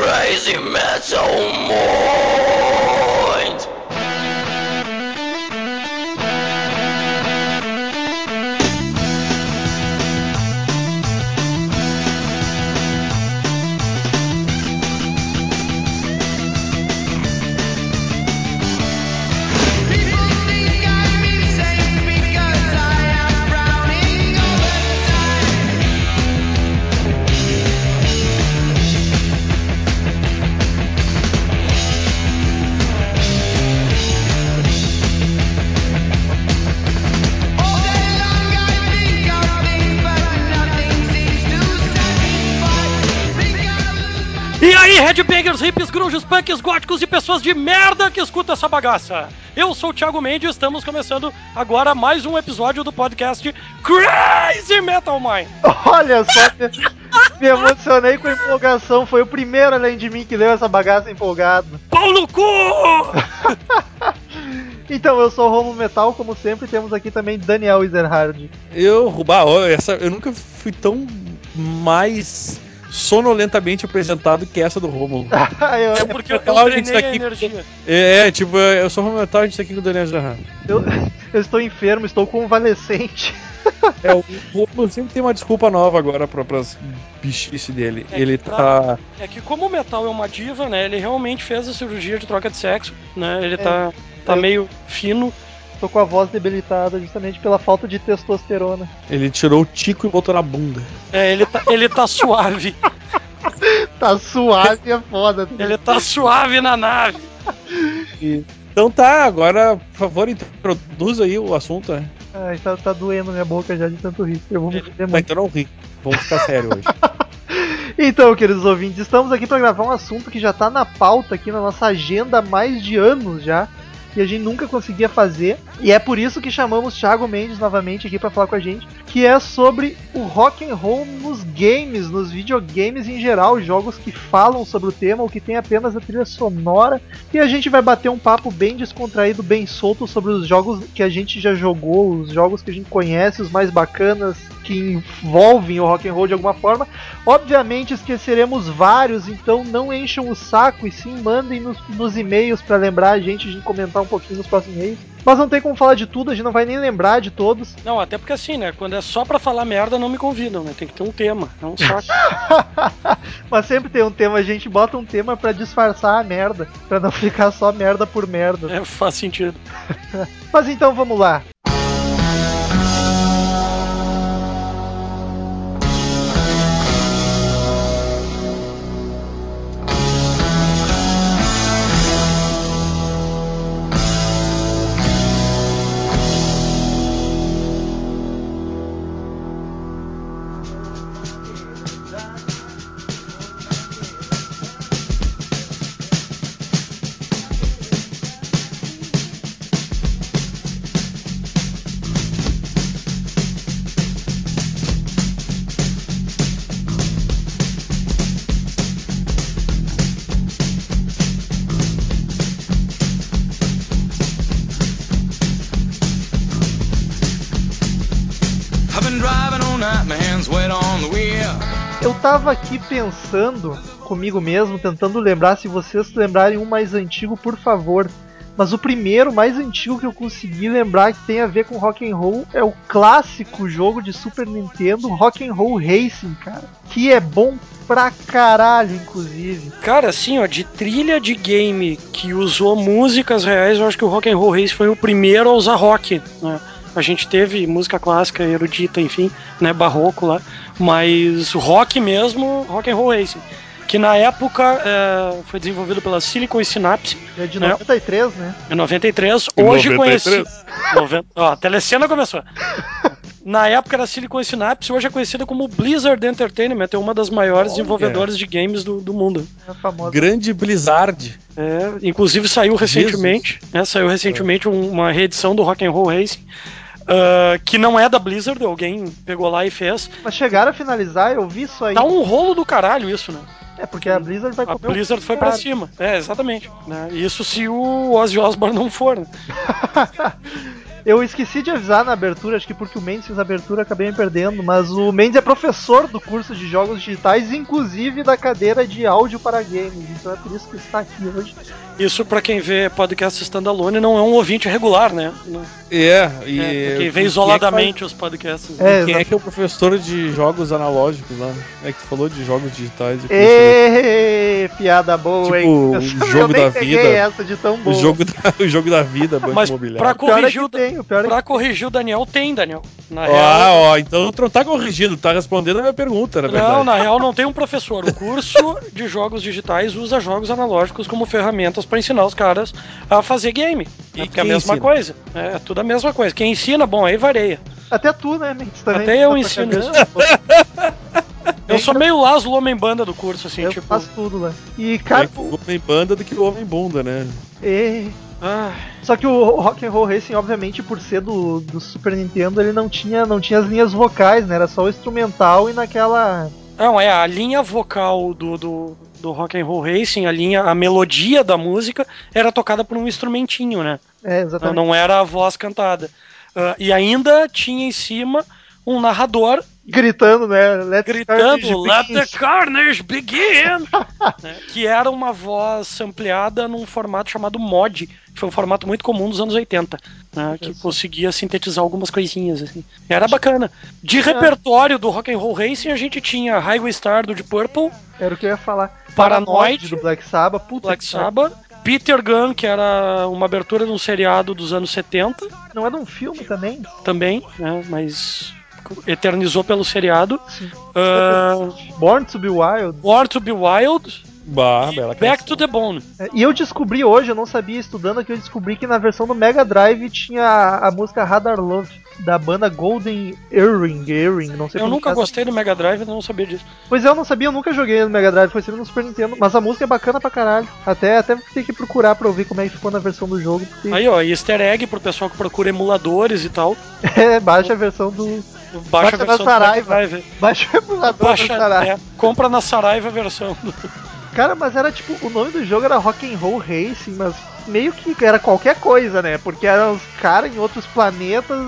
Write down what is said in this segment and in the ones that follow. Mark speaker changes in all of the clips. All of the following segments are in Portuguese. Speaker 1: Crazy Metal Mind.
Speaker 2: People think I'm insane because I am frowning all the time. All day long I think of things, but nothing seems to satisfy. Think I lose my
Speaker 3: E aí, headbangers, hippies, grunges, punks, góticos e pessoas de merda que escuta essa bagaça. Eu sou o Thiago Mendes e estamos começando agora mais um episódio do podcast Crazy Metal Mind.
Speaker 4: Olha só, me, me emocionei com a empolgação. Foi o primeiro além de mim que deu essa bagaça empolgado.
Speaker 3: Pau no cu!
Speaker 4: Então, eu sou o Romo Metal, como sempre, temos aqui também Daniel Isenhard.
Speaker 5: Eu, bah, ó, essa, eu nunca fui tão mais sonolentamente apresentado que essa do Romulo.
Speaker 3: É
Speaker 4: eu,
Speaker 3: porque eu, eu
Speaker 5: Claro, gente,
Speaker 3: drenei a
Speaker 5: daqui-
Speaker 3: energia.
Speaker 5: é, é, tipo, eu sou o Romulo Metal, a gente tá aqui com o Daniel Jarran.
Speaker 4: eu- eu estou enfermo, estou convalescente.
Speaker 5: É, o Romulo sempre tem uma desculpa nova agora pra, pras bichice dele.
Speaker 3: É,
Speaker 5: Ele
Speaker 3: pra-
Speaker 5: tá.
Speaker 3: É que como o metal é uma diva, né, ele realmente fez a cirurgia de troca de sexo, né, ele tá, tá
Speaker 4: Eu-
Speaker 3: meio fino.
Speaker 4: Estou com a voz debilitada justamente pela falta de testosterona.
Speaker 5: Ele tirou o tico e botou na bunda.
Speaker 3: É, ele tá, ele tá suave.
Speaker 4: Tá suave, é foda.
Speaker 3: Ele tá suave na nave.
Speaker 5: E- Então tá, agora, por favor, introduza aí o assunto, né?
Speaker 4: Ai, tá, tá doendo minha boca já de tanto rir. Eu vou me fuder
Speaker 5: Mas
Speaker 4: muito.
Speaker 5: então não ri. Vamos ficar sério hoje.
Speaker 4: Então, queridos ouvintes, estamos aqui para gravar um assunto que já tá na pauta aqui na nossa agenda há mais de anos já. E a gente nunca conseguia fazer. E é por isso que chamamos Thiago Mendes novamente aqui para falar com a gente. Que é sobre o rock and roll nos games, nos videogames em geral, jogos que falam sobre o tema ou que tem apenas a trilha sonora. E a gente vai bater um papo bem descontraído, bem solto sobre os jogos que a gente já jogou, os jogos que a gente conhece, os mais bacanas, que envolvem o rock and roll de alguma forma. Obviamente esqueceremos vários, então não encham o saco e sim mandem nos, nos e-mails pra lembrar a gente de comentar um pouquinho nos próximos e-mails. Mas não tem como falar de tudo, a gente não vai nem lembrar de todos.
Speaker 3: Não, até porque assim, né? Quando é só pra falar merda, não me convidam, né? Tem que ter um tema, é um saco.
Speaker 4: Mas sempre tem um tema, a gente bota um tema pra disfarçar a merda, pra não ficar só merda por merda.
Speaker 3: É, faz sentido.
Speaker 4: Mas então vamos lá.
Speaker 6: I've been driving all night, my hands wet on the wheel.
Speaker 4: Eu tava aqui pensando comigo mesmo, tentando lembrar se vocês lembrarem um mais antigo, por favor. Mas o primeiro mais antigo que eu consegui lembrar que tem a ver com rock and roll é o clássico jogo de Super Nintendo, Rock and Roll Racing, cara, que é bom pra caralho, inclusive.
Speaker 3: Cara, assim, ó, de trilha de game que usou músicas reais, eu acho que o Rock and Roll Race foi o primeiro a usar rock, né? A gente teve música clássica, erudita, enfim, né, barroco lá, mas o rock mesmo, Rock and Roll Racing, que na época é, foi desenvolvido pela Silicon Synapse
Speaker 4: É de
Speaker 3: É.
Speaker 4: 93, né?
Speaker 3: em 93, hoje
Speaker 5: 93.
Speaker 3: conhecido. 90... Ó, a telecena começou. Na época era Silicon Synapse, hoje é conhecida como Blizzard Entertainment, é uma das maiores
Speaker 5: Olha.
Speaker 3: desenvolvedoras de games do, do mundo.
Speaker 4: A famosa.
Speaker 5: Grande Blizzard.
Speaker 3: É, inclusive saiu recentemente, né, saiu recentemente um- uma reedição do Rock and Roll Racing, ah, que não é da Blizzard, alguém pegou lá e fez.
Speaker 4: Mas chegaram a finalizar, eu vi isso aí.
Speaker 3: Dá um rolo do caralho isso, né?
Speaker 4: É porque a Blizzard vai
Speaker 3: A
Speaker 4: comer o
Speaker 3: Blizzard
Speaker 4: cu,
Speaker 3: foi pra
Speaker 4: cara.
Speaker 3: cima. É, exatamente. né. Isso se o Ozzy Osbourne não for. né?
Speaker 4: Eu esqueci de avisar na abertura, acho que porque o Mendes fez a abertura, eu acabei me perdendo, mas o Mendes é professor do curso de jogos digitais, inclusive da cadeira de áudio para games. Então é por isso que está aqui hoje.
Speaker 3: Isso pra quem vê podcast standalone não é um ouvinte regular, né?
Speaker 5: É, e.
Speaker 3: É, quem vê
Speaker 5: e
Speaker 3: isoladamente os podcasts.
Speaker 5: Quem é, que faz- quem é
Speaker 4: exato.
Speaker 5: que é o professor de jogos analógicos lá? É que tu falou de jogos digitais. eu queria
Speaker 4: É,
Speaker 5: saber.
Speaker 4: Ê, piada boa, hein?
Speaker 5: Tipo,
Speaker 4: Eu
Speaker 5: o
Speaker 4: só- eu
Speaker 5: jogo
Speaker 4: nem
Speaker 5: da
Speaker 4: peguei
Speaker 5: vida,
Speaker 4: essa de tão
Speaker 5: O
Speaker 4: boa.
Speaker 5: jogo, da, o jogo da vida, Banco
Speaker 3: Mas pra
Speaker 5: Imobiliário.
Speaker 4: O pior é
Speaker 3: corrigir
Speaker 4: que
Speaker 3: o,
Speaker 4: tem, o pior é que
Speaker 3: pra corrigir o Daniel, tem, Daniel. Na
Speaker 5: Ah,
Speaker 3: real,
Speaker 5: ó, então tu não tá corrigido, tá respondendo a minha pergunta, na É verdade.
Speaker 3: não, na real não tem um professor. O curso de jogos digitais usa jogos analógicos como ferramentas pra ensinar os caras a fazer game.
Speaker 5: E
Speaker 3: né? Porque é a
Speaker 5: quem
Speaker 3: mesma
Speaker 5: ensina?
Speaker 3: coisa. É, é tudo a mesma coisa. Quem ensina, bom, aí vareia.
Speaker 4: Até tu, né, Mendes? Também
Speaker 3: Até eu
Speaker 4: tá
Speaker 3: ensino
Speaker 4: cagando.
Speaker 3: Eu sou meio Laszlo Homem Banda do curso, assim,
Speaker 4: Eu
Speaker 3: tipo. é
Speaker 4: faço tudo lá. E, cara,
Speaker 5: Tem o homem banda do que o homem bunda, né?
Speaker 4: ê,
Speaker 3: ah,
Speaker 4: Só que o Rock and Roll Racing, obviamente, por ser do, do Super Nintendo, ele não tinha, não tinha as linhas vocais, né? Era só o instrumental e naquela.
Speaker 3: Não, é a linha vocal do, do, do rock and roll racing, a linha, a melodia da música era tocada por um instrumentinho, né?
Speaker 4: É,
Speaker 3: Não,
Speaker 4: exatamente.
Speaker 3: não era a voz cantada. Ah, e ainda tinha em cima um narrador
Speaker 4: Gritando, né? Let's Carnage
Speaker 3: gritando Let
Speaker 4: Begins.
Speaker 3: the carnage begin! né? Que era uma voz ampliada num formato chamado mod, que foi um formato muito comum dos anos 80, né? que conseguia sintetizar algumas coisinhas. assim. Era bacana. De repertório do rock and roll racing, a gente tinha Highway Star do Deep Purple,
Speaker 4: Era o que eu ia falar.
Speaker 3: Paranoid,
Speaker 4: do Black Sabbath. Puta
Speaker 3: Black
Speaker 4: que
Speaker 3: Sabbath, Peter Gunn, que era uma abertura de um seriado dos anos 70
Speaker 4: pariu. Não é de um filme também?
Speaker 3: também, né? mas eternizou pelo seriado.
Speaker 4: Sim.
Speaker 3: Ah,
Speaker 4: Born to be Wild.
Speaker 3: Born to be Wild,
Speaker 5: Bah, bela
Speaker 3: Back to the Bone.
Speaker 4: É, E eu descobri hoje, eu não sabia estudando aqui, eu descobri que na versão do Mega Drive tinha a, a música Radar Love, da banda Golden Earring, Earring, não sei
Speaker 3: Eu
Speaker 4: como
Speaker 3: nunca
Speaker 4: que é.
Speaker 3: gostei do Mega Drive, não sabia disso.
Speaker 4: Pois é, eu não sabia, eu nunca joguei no Mega Drive, foi sempre no Super Nintendo, mas a música é bacana pra caralho. Até, até ter que procurar pra ouvir como é que ficou na versão do jogo, porque
Speaker 3: Aí, ó, easter egg pro pessoal que procura emuladores e tal.
Speaker 4: é, baixa a versão do...
Speaker 3: Baixa
Speaker 4: Baixa
Speaker 3: a
Speaker 4: na
Speaker 3: versão do Mega
Speaker 4: Saraiva.
Speaker 3: Drive.
Speaker 4: Baixa o emulador
Speaker 3: Baixa,
Speaker 4: pra caralho.
Speaker 3: é, compra na Saraiva a versão.
Speaker 4: Cara, mas era tipo, o nome do jogo era Rock and Roll Racing, mas meio que era qualquer coisa, né? Porque eram os caras em outros planetas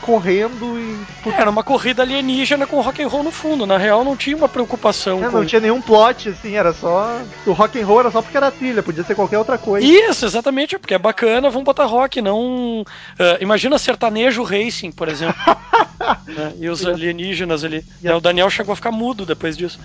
Speaker 4: correndo e... Puta,
Speaker 3: Era uma corrida alienígena com rock and roll no fundo. Na real, não tinha uma preocupação
Speaker 4: É,
Speaker 3: com
Speaker 4: não tinha nenhum plot, assim, era só. O rock and roll era só porque era trilha, podia ser qualquer outra coisa.
Speaker 3: Isso, exatamente, porque é bacana, vamos botar rock, não. ah, imagina sertanejo racing, por exemplo. Né, E os alienígenas ali.
Speaker 4: E a-
Speaker 3: Né, O Daniel chegou a ficar mudo depois disso.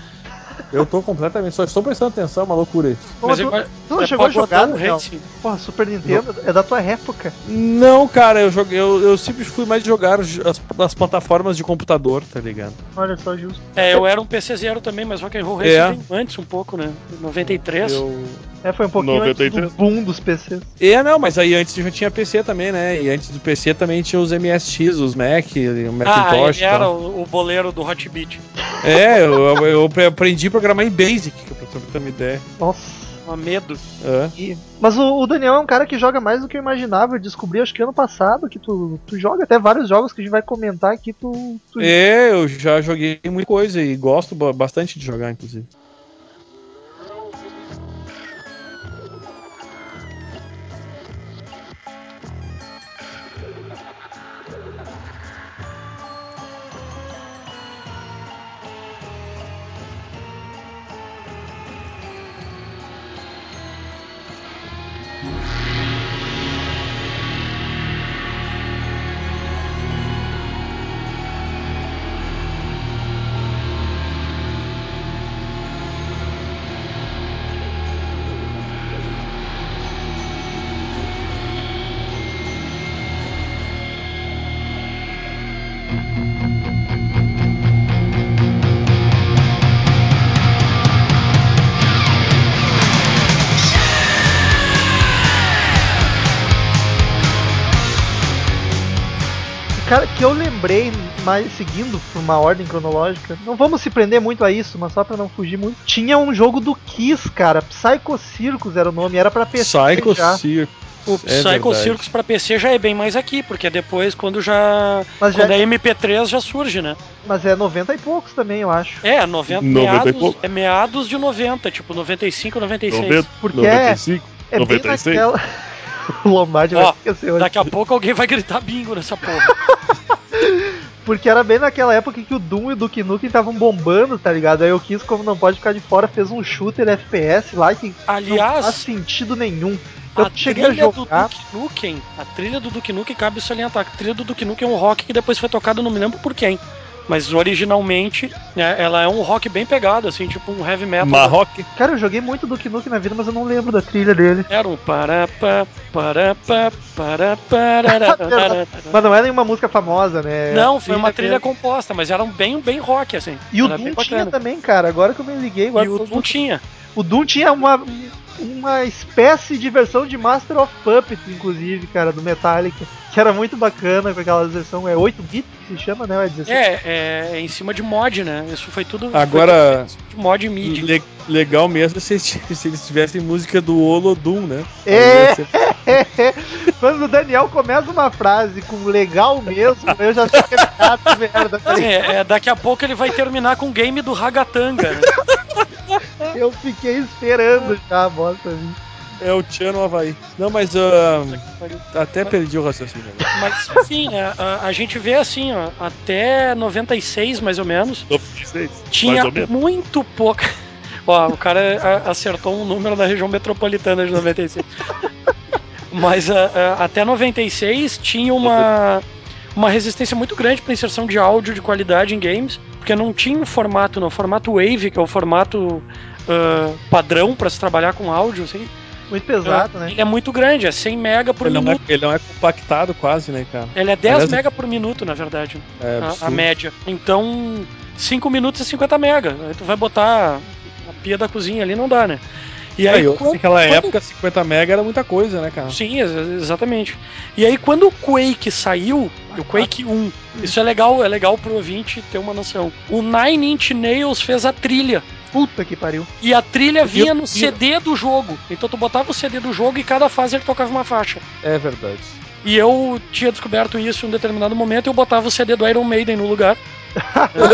Speaker 5: Eu tô completamente, só estou prestando atenção, é uma loucura isso.
Speaker 4: Pô,
Speaker 3: Mas
Speaker 4: tu,
Speaker 3: agora-
Speaker 4: Então, tu não
Speaker 3: é,
Speaker 4: chegou a
Speaker 3: pode botar
Speaker 4: jogar,
Speaker 3: um
Speaker 4: Daniel?
Speaker 3: racing.
Speaker 4: Porra, Super Nintendo é da tua época.
Speaker 5: Não, cara, eu, joguei, eu, eu sempre fui mais de jogar os- as, as plataformas de computador, tá ligado?
Speaker 4: Olha só, justo.
Speaker 3: É, eu era um PC zero também, mas rock and roll racing
Speaker 5: É.
Speaker 3: vem antes um pouco, né? 93.
Speaker 5: Eu...
Speaker 4: É, foi um pouquinho antes do
Speaker 5: 93.
Speaker 4: boom dos PCs.
Speaker 5: É, não, mas aí antes já tinha PC também, né? E antes do PC também tinha os MSX, os Mac, o
Speaker 3: Ah,
Speaker 5: Macintosh. tá.
Speaker 3: ele
Speaker 5: e
Speaker 3: era
Speaker 5: tal.
Speaker 3: o, o boleiro do Hot Beat.
Speaker 5: É, eu, eu- eu aprendi a programar em Basic, que pra tu ter uma ideia.
Speaker 4: Nossa.
Speaker 3: A medo.
Speaker 5: É.
Speaker 4: E- Mas o, o Daniel é um cara que joga mais do que eu imaginava. Eu descobri, acho que ano passado, que tu, tu joga até vários jogos que a gente vai comentar aqui. Tu, tu-
Speaker 5: É, eu já joguei muita coisa e gosto ba- bastante de jogar, inclusive.
Speaker 4: Cara, que eu lembrei, mas seguindo por uma ordem cronológica, não vamos se prender muito a isso, mas só pra não fugir muito. Tinha um jogo do Kiss, cara. Psycho Circus era o nome, era pra PC
Speaker 5: Psycho
Speaker 4: já.
Speaker 5: Circus. É
Speaker 3: O Psycho
Speaker 5: verdade.
Speaker 3: Circus pra PC já é bem mais aqui, porque é depois quando já.
Speaker 4: Mas já-
Speaker 3: quando é MP3 já surge, né?
Speaker 4: Mas é 90 e poucos também, eu acho.
Speaker 3: É, 90,
Speaker 5: 90 e
Speaker 3: meados,
Speaker 5: pouco.
Speaker 3: é meados de 90, tipo 95, 96.
Speaker 4: Porque é- é bem naquela. O Lombardi vai
Speaker 3: Ó, tá
Speaker 4: esquecer hoje.
Speaker 3: Daqui a pouco alguém vai gritar bingo nessa porra.
Speaker 4: Porque era bem naquela época que o Doom e o Duke Nukem estavam bombando, tá ligado? Aí o Kiss, como não pode ficar de fora, fez um shooter FPS lá que não faz
Speaker 3: Aliás,
Speaker 4: sentido nenhum. Eu
Speaker 3: a
Speaker 4: cheguei a
Speaker 3: trilha do
Speaker 4: jogar.
Speaker 3: Duke Nukem, a trilha do Duke Nukem, cabe salientar que a trilha do Duke Nukem é um rock que depois foi tocado, não me lembro por quem. Mas originalmente, né, ela é um rock bem pegado, assim, tipo um heavy metal.
Speaker 5: Marroque.
Speaker 4: Cara, eu joguei muito Duke Nukem na vida, mas eu não lembro da trilha dele.
Speaker 3: Era um para pa, para pa, para parará, tarará.
Speaker 4: Mas não é nenhuma música famosa, né?
Speaker 3: Não, foi uma trilha
Speaker 4: mesmo.
Speaker 3: composta, mas era um bem, bem rock, assim.
Speaker 4: E o
Speaker 3: Era
Speaker 4: Doom
Speaker 3: bem
Speaker 4: tinha
Speaker 3: bacana.
Speaker 4: também, cara. Agora que eu me liguei, agora
Speaker 3: E o
Speaker 4: que eu-
Speaker 3: Doom tinha.
Speaker 4: O Doom tinha uma, uma espécie de versão de Master of Puppets, inclusive, cara, do Metallica, que era muito bacana com aquela versão, é 8 bits que se chama, né? ou É 16.
Speaker 3: É, é, é em cima de mod, né? Isso foi tudo.
Speaker 5: Agora-
Speaker 3: foi tudo feito de mod e MIDI.
Speaker 5: Le- legal mesmo é se, se eles tivessem música do Olodum, né?
Speaker 4: É.
Speaker 5: Ia ser-
Speaker 4: Quando o Daniel começa uma frase com legal mesmo, eu já sei que é chato, merda. Falei,
Speaker 3: É, é, daqui a pouco ele vai terminar com o game do Ragatanga. Né?
Speaker 4: Eu fiquei esperando já a bosta. assim. vir.
Speaker 5: É o Tchano Havaí. Não, mas ah, até perdi o raciocínio. agora.
Speaker 3: Mas enfim, né, a, a gente vê assim, ó, até 96 mais ou menos, tinha muito pouca. Ó, o cara a- acertou um número da região metropolitana de 96. Mas a- a- até 96 tinha uma, uma resistência muito grande para inserção de áudio de qualidade em games, porque não tinha um formato, não. O formato Wave, que é o formato ah, padrão para se trabalhar com áudio, assim,
Speaker 4: Muito pesado, né?
Speaker 3: ele é muito grande, é 100 mega por
Speaker 5: Ele não, é,
Speaker 3: minuto.
Speaker 5: ele não é compactado quase, né, cara?
Speaker 3: Ele é 10
Speaker 5: Aliás,
Speaker 3: mega por minuto, na verdade.
Speaker 5: É
Speaker 3: a- Ah, a,
Speaker 5: absurdo.
Speaker 3: média. Então, 5 minutos e 50 mega. Aí tu vai botar a pia da cozinha ali, não dá, né? E
Speaker 5: É,
Speaker 3: aí,
Speaker 5: eu-
Speaker 3: quando-
Speaker 5: naquela
Speaker 3: quando-
Speaker 5: época, 50 mega era muita coisa, né, cara?
Speaker 3: Sim, ex- exatamente. E aí quando o Quake saiu, o Quake 1, isso é legal, é legal pro ouvinte ter uma noção. O Nine Inch Nails fez a trilha.
Speaker 4: Puta que pariu.
Speaker 3: E a trilha vinha
Speaker 5: eu-
Speaker 3: no CD do jogo. Então tu botava o CD do jogo e cada fase ele tocava uma faixa.
Speaker 5: É verdade.
Speaker 3: E eu tinha descoberto isso em um determinado momento e eu botava o CD do Iron Maiden no lugar.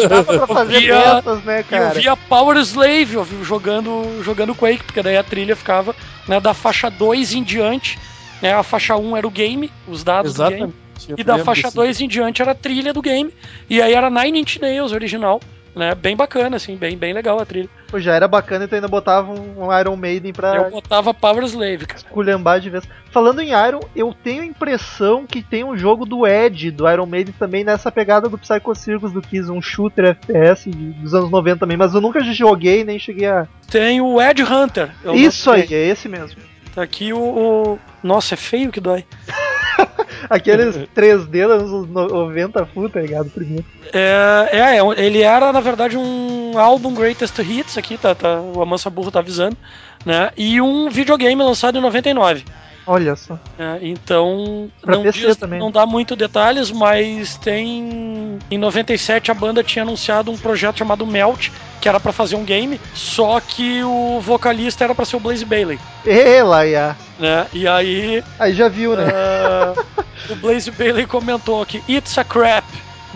Speaker 4: Dava pra fazer
Speaker 3: via-
Speaker 4: dessas, né,
Speaker 3: E eu
Speaker 4: cara?
Speaker 3: via Power Slave eu vi- jogando, jogando Quake, porque daí a trilha ficava né, da faixa 2 em diante. Né, a faixa 1 era o game, os dados do game.
Speaker 5: Exatamente.
Speaker 3: Tá E da faixa
Speaker 5: 2.
Speaker 3: 2 em diante era a trilha do game. E aí era Nine Inch Nails original. Né, bem bacana, assim, bem, bem legal a trilha.
Speaker 4: Pô, já era bacana, então ainda botava um um Iron Maiden pra
Speaker 3: Eu botava Power Slave, cara.
Speaker 4: esculhambar de vez. Falando em Iron, eu tenho a impressão que tem um jogo do Ed, do Iron Maiden, também nessa pegada do Psycho Circus do Kiss, um shooter FPS de- dos anos 90 também, mas eu nunca joguei, nem cheguei a.
Speaker 3: Tem o Ed Hunter. é o nosso
Speaker 4: Isso aí,
Speaker 3: game.
Speaker 4: é esse mesmo.
Speaker 3: Tá aqui o, o- Nossa, é feio que dói.
Speaker 4: Aqueles 3D dos anos no- 90 full, tá ligado? Primeiro.
Speaker 3: É, é, é, ele era, na verdade, um álbum Greatest Hits, aqui, tá, tá, o Amansa Burro tá avisando, né? E um videogame lançado em 99.
Speaker 4: Olha só.
Speaker 3: né, Então,
Speaker 4: Pra
Speaker 3: não,
Speaker 4: PC também.
Speaker 3: não dá muito detalhes, mas tem. Em 97 a banda tinha anunciado um projeto chamado Melt, que era pra fazer um game, só que o vocalista era pra ser o Blaze Bailey.
Speaker 4: Ê, Laia.
Speaker 3: Né? E aí
Speaker 4: Aí já viu, né?
Speaker 3: ah, o Blaze Bailey comentou aqui: It's a crap.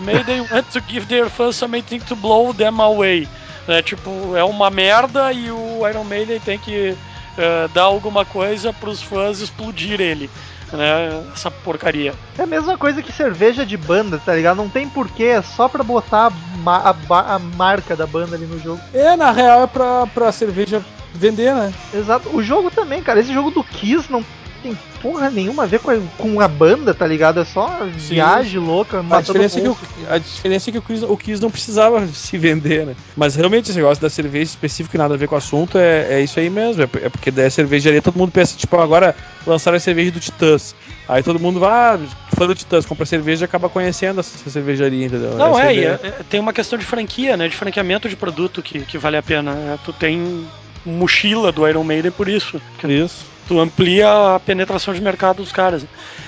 Speaker 3: May they want to give their fans something to blow them away. Né, tipo, é uma merda e o Iron Maiden tem que ah, dar alguma coisa pros fãs explodir ele. Né, essa porcaria.
Speaker 4: É a mesma coisa que cerveja de banda, tá ligado? Não tem porquê, é só pra botar a, ma- a ba- a marca da banda ali no jogo.
Speaker 5: É, na real é pra, pra cerveja vender, né?
Speaker 4: Exato. O jogo também, cara. Esse jogo do Kiss não tem porra nenhuma a ver com a, com a banda, tá ligado? É só viagem louca,
Speaker 5: A
Speaker 4: matando
Speaker 5: diferença, é que
Speaker 4: monstro.
Speaker 5: o, a diferença é que o Kiss, o Kiss não precisava se vender, né? Mas realmente esse negócio da cerveja específico e nada a ver com o assunto é, é isso aí mesmo. É, p- é porque da cervejaria todo mundo pensa, tipo, agora lançaram a cerveja do Titãs. Aí todo mundo vai, ah, fã do Titãs, compra cerveja e acaba conhecendo essa cervejaria, entendeu?
Speaker 3: Não,
Speaker 5: Essa
Speaker 3: é, e
Speaker 5: ideia.
Speaker 3: é- é- tem uma questão de franquia, né? De franqueamento de produto que, que vale a pena. né, Tu tem mochila do Iron Maiden por isso.
Speaker 5: Isso.
Speaker 3: Tu amplia a penetração de mercado dos caras.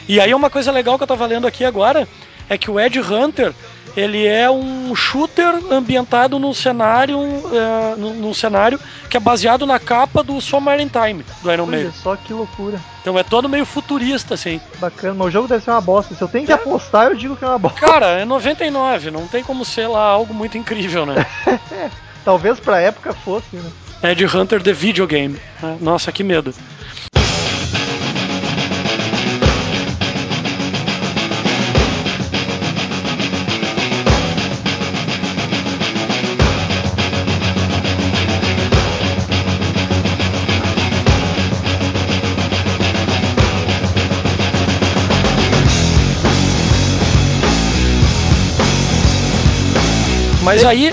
Speaker 3: E aí uma coisa legal que eu tava lendo aqui agora é que o Ed Hunter ele é um shooter ambientado num cenário eh, num, num cenário que é baseado na capa do Summer in Time do Iron
Speaker 4: Olha
Speaker 5: é
Speaker 3: Maiden.
Speaker 4: só que loucura.
Speaker 3: Então é todo meio futurista assim.
Speaker 4: Bacana, mas o jogo deve ser uma bosta. Se eu tenho que apostar, eu digo que é uma bosta.
Speaker 3: Cara, é 99, não tem como ser lá algo muito incrível, né?
Speaker 4: Talvez pra época fosse, né?
Speaker 3: Ed Hunter The Video Game. né? Nossa, que medo. Mas aí,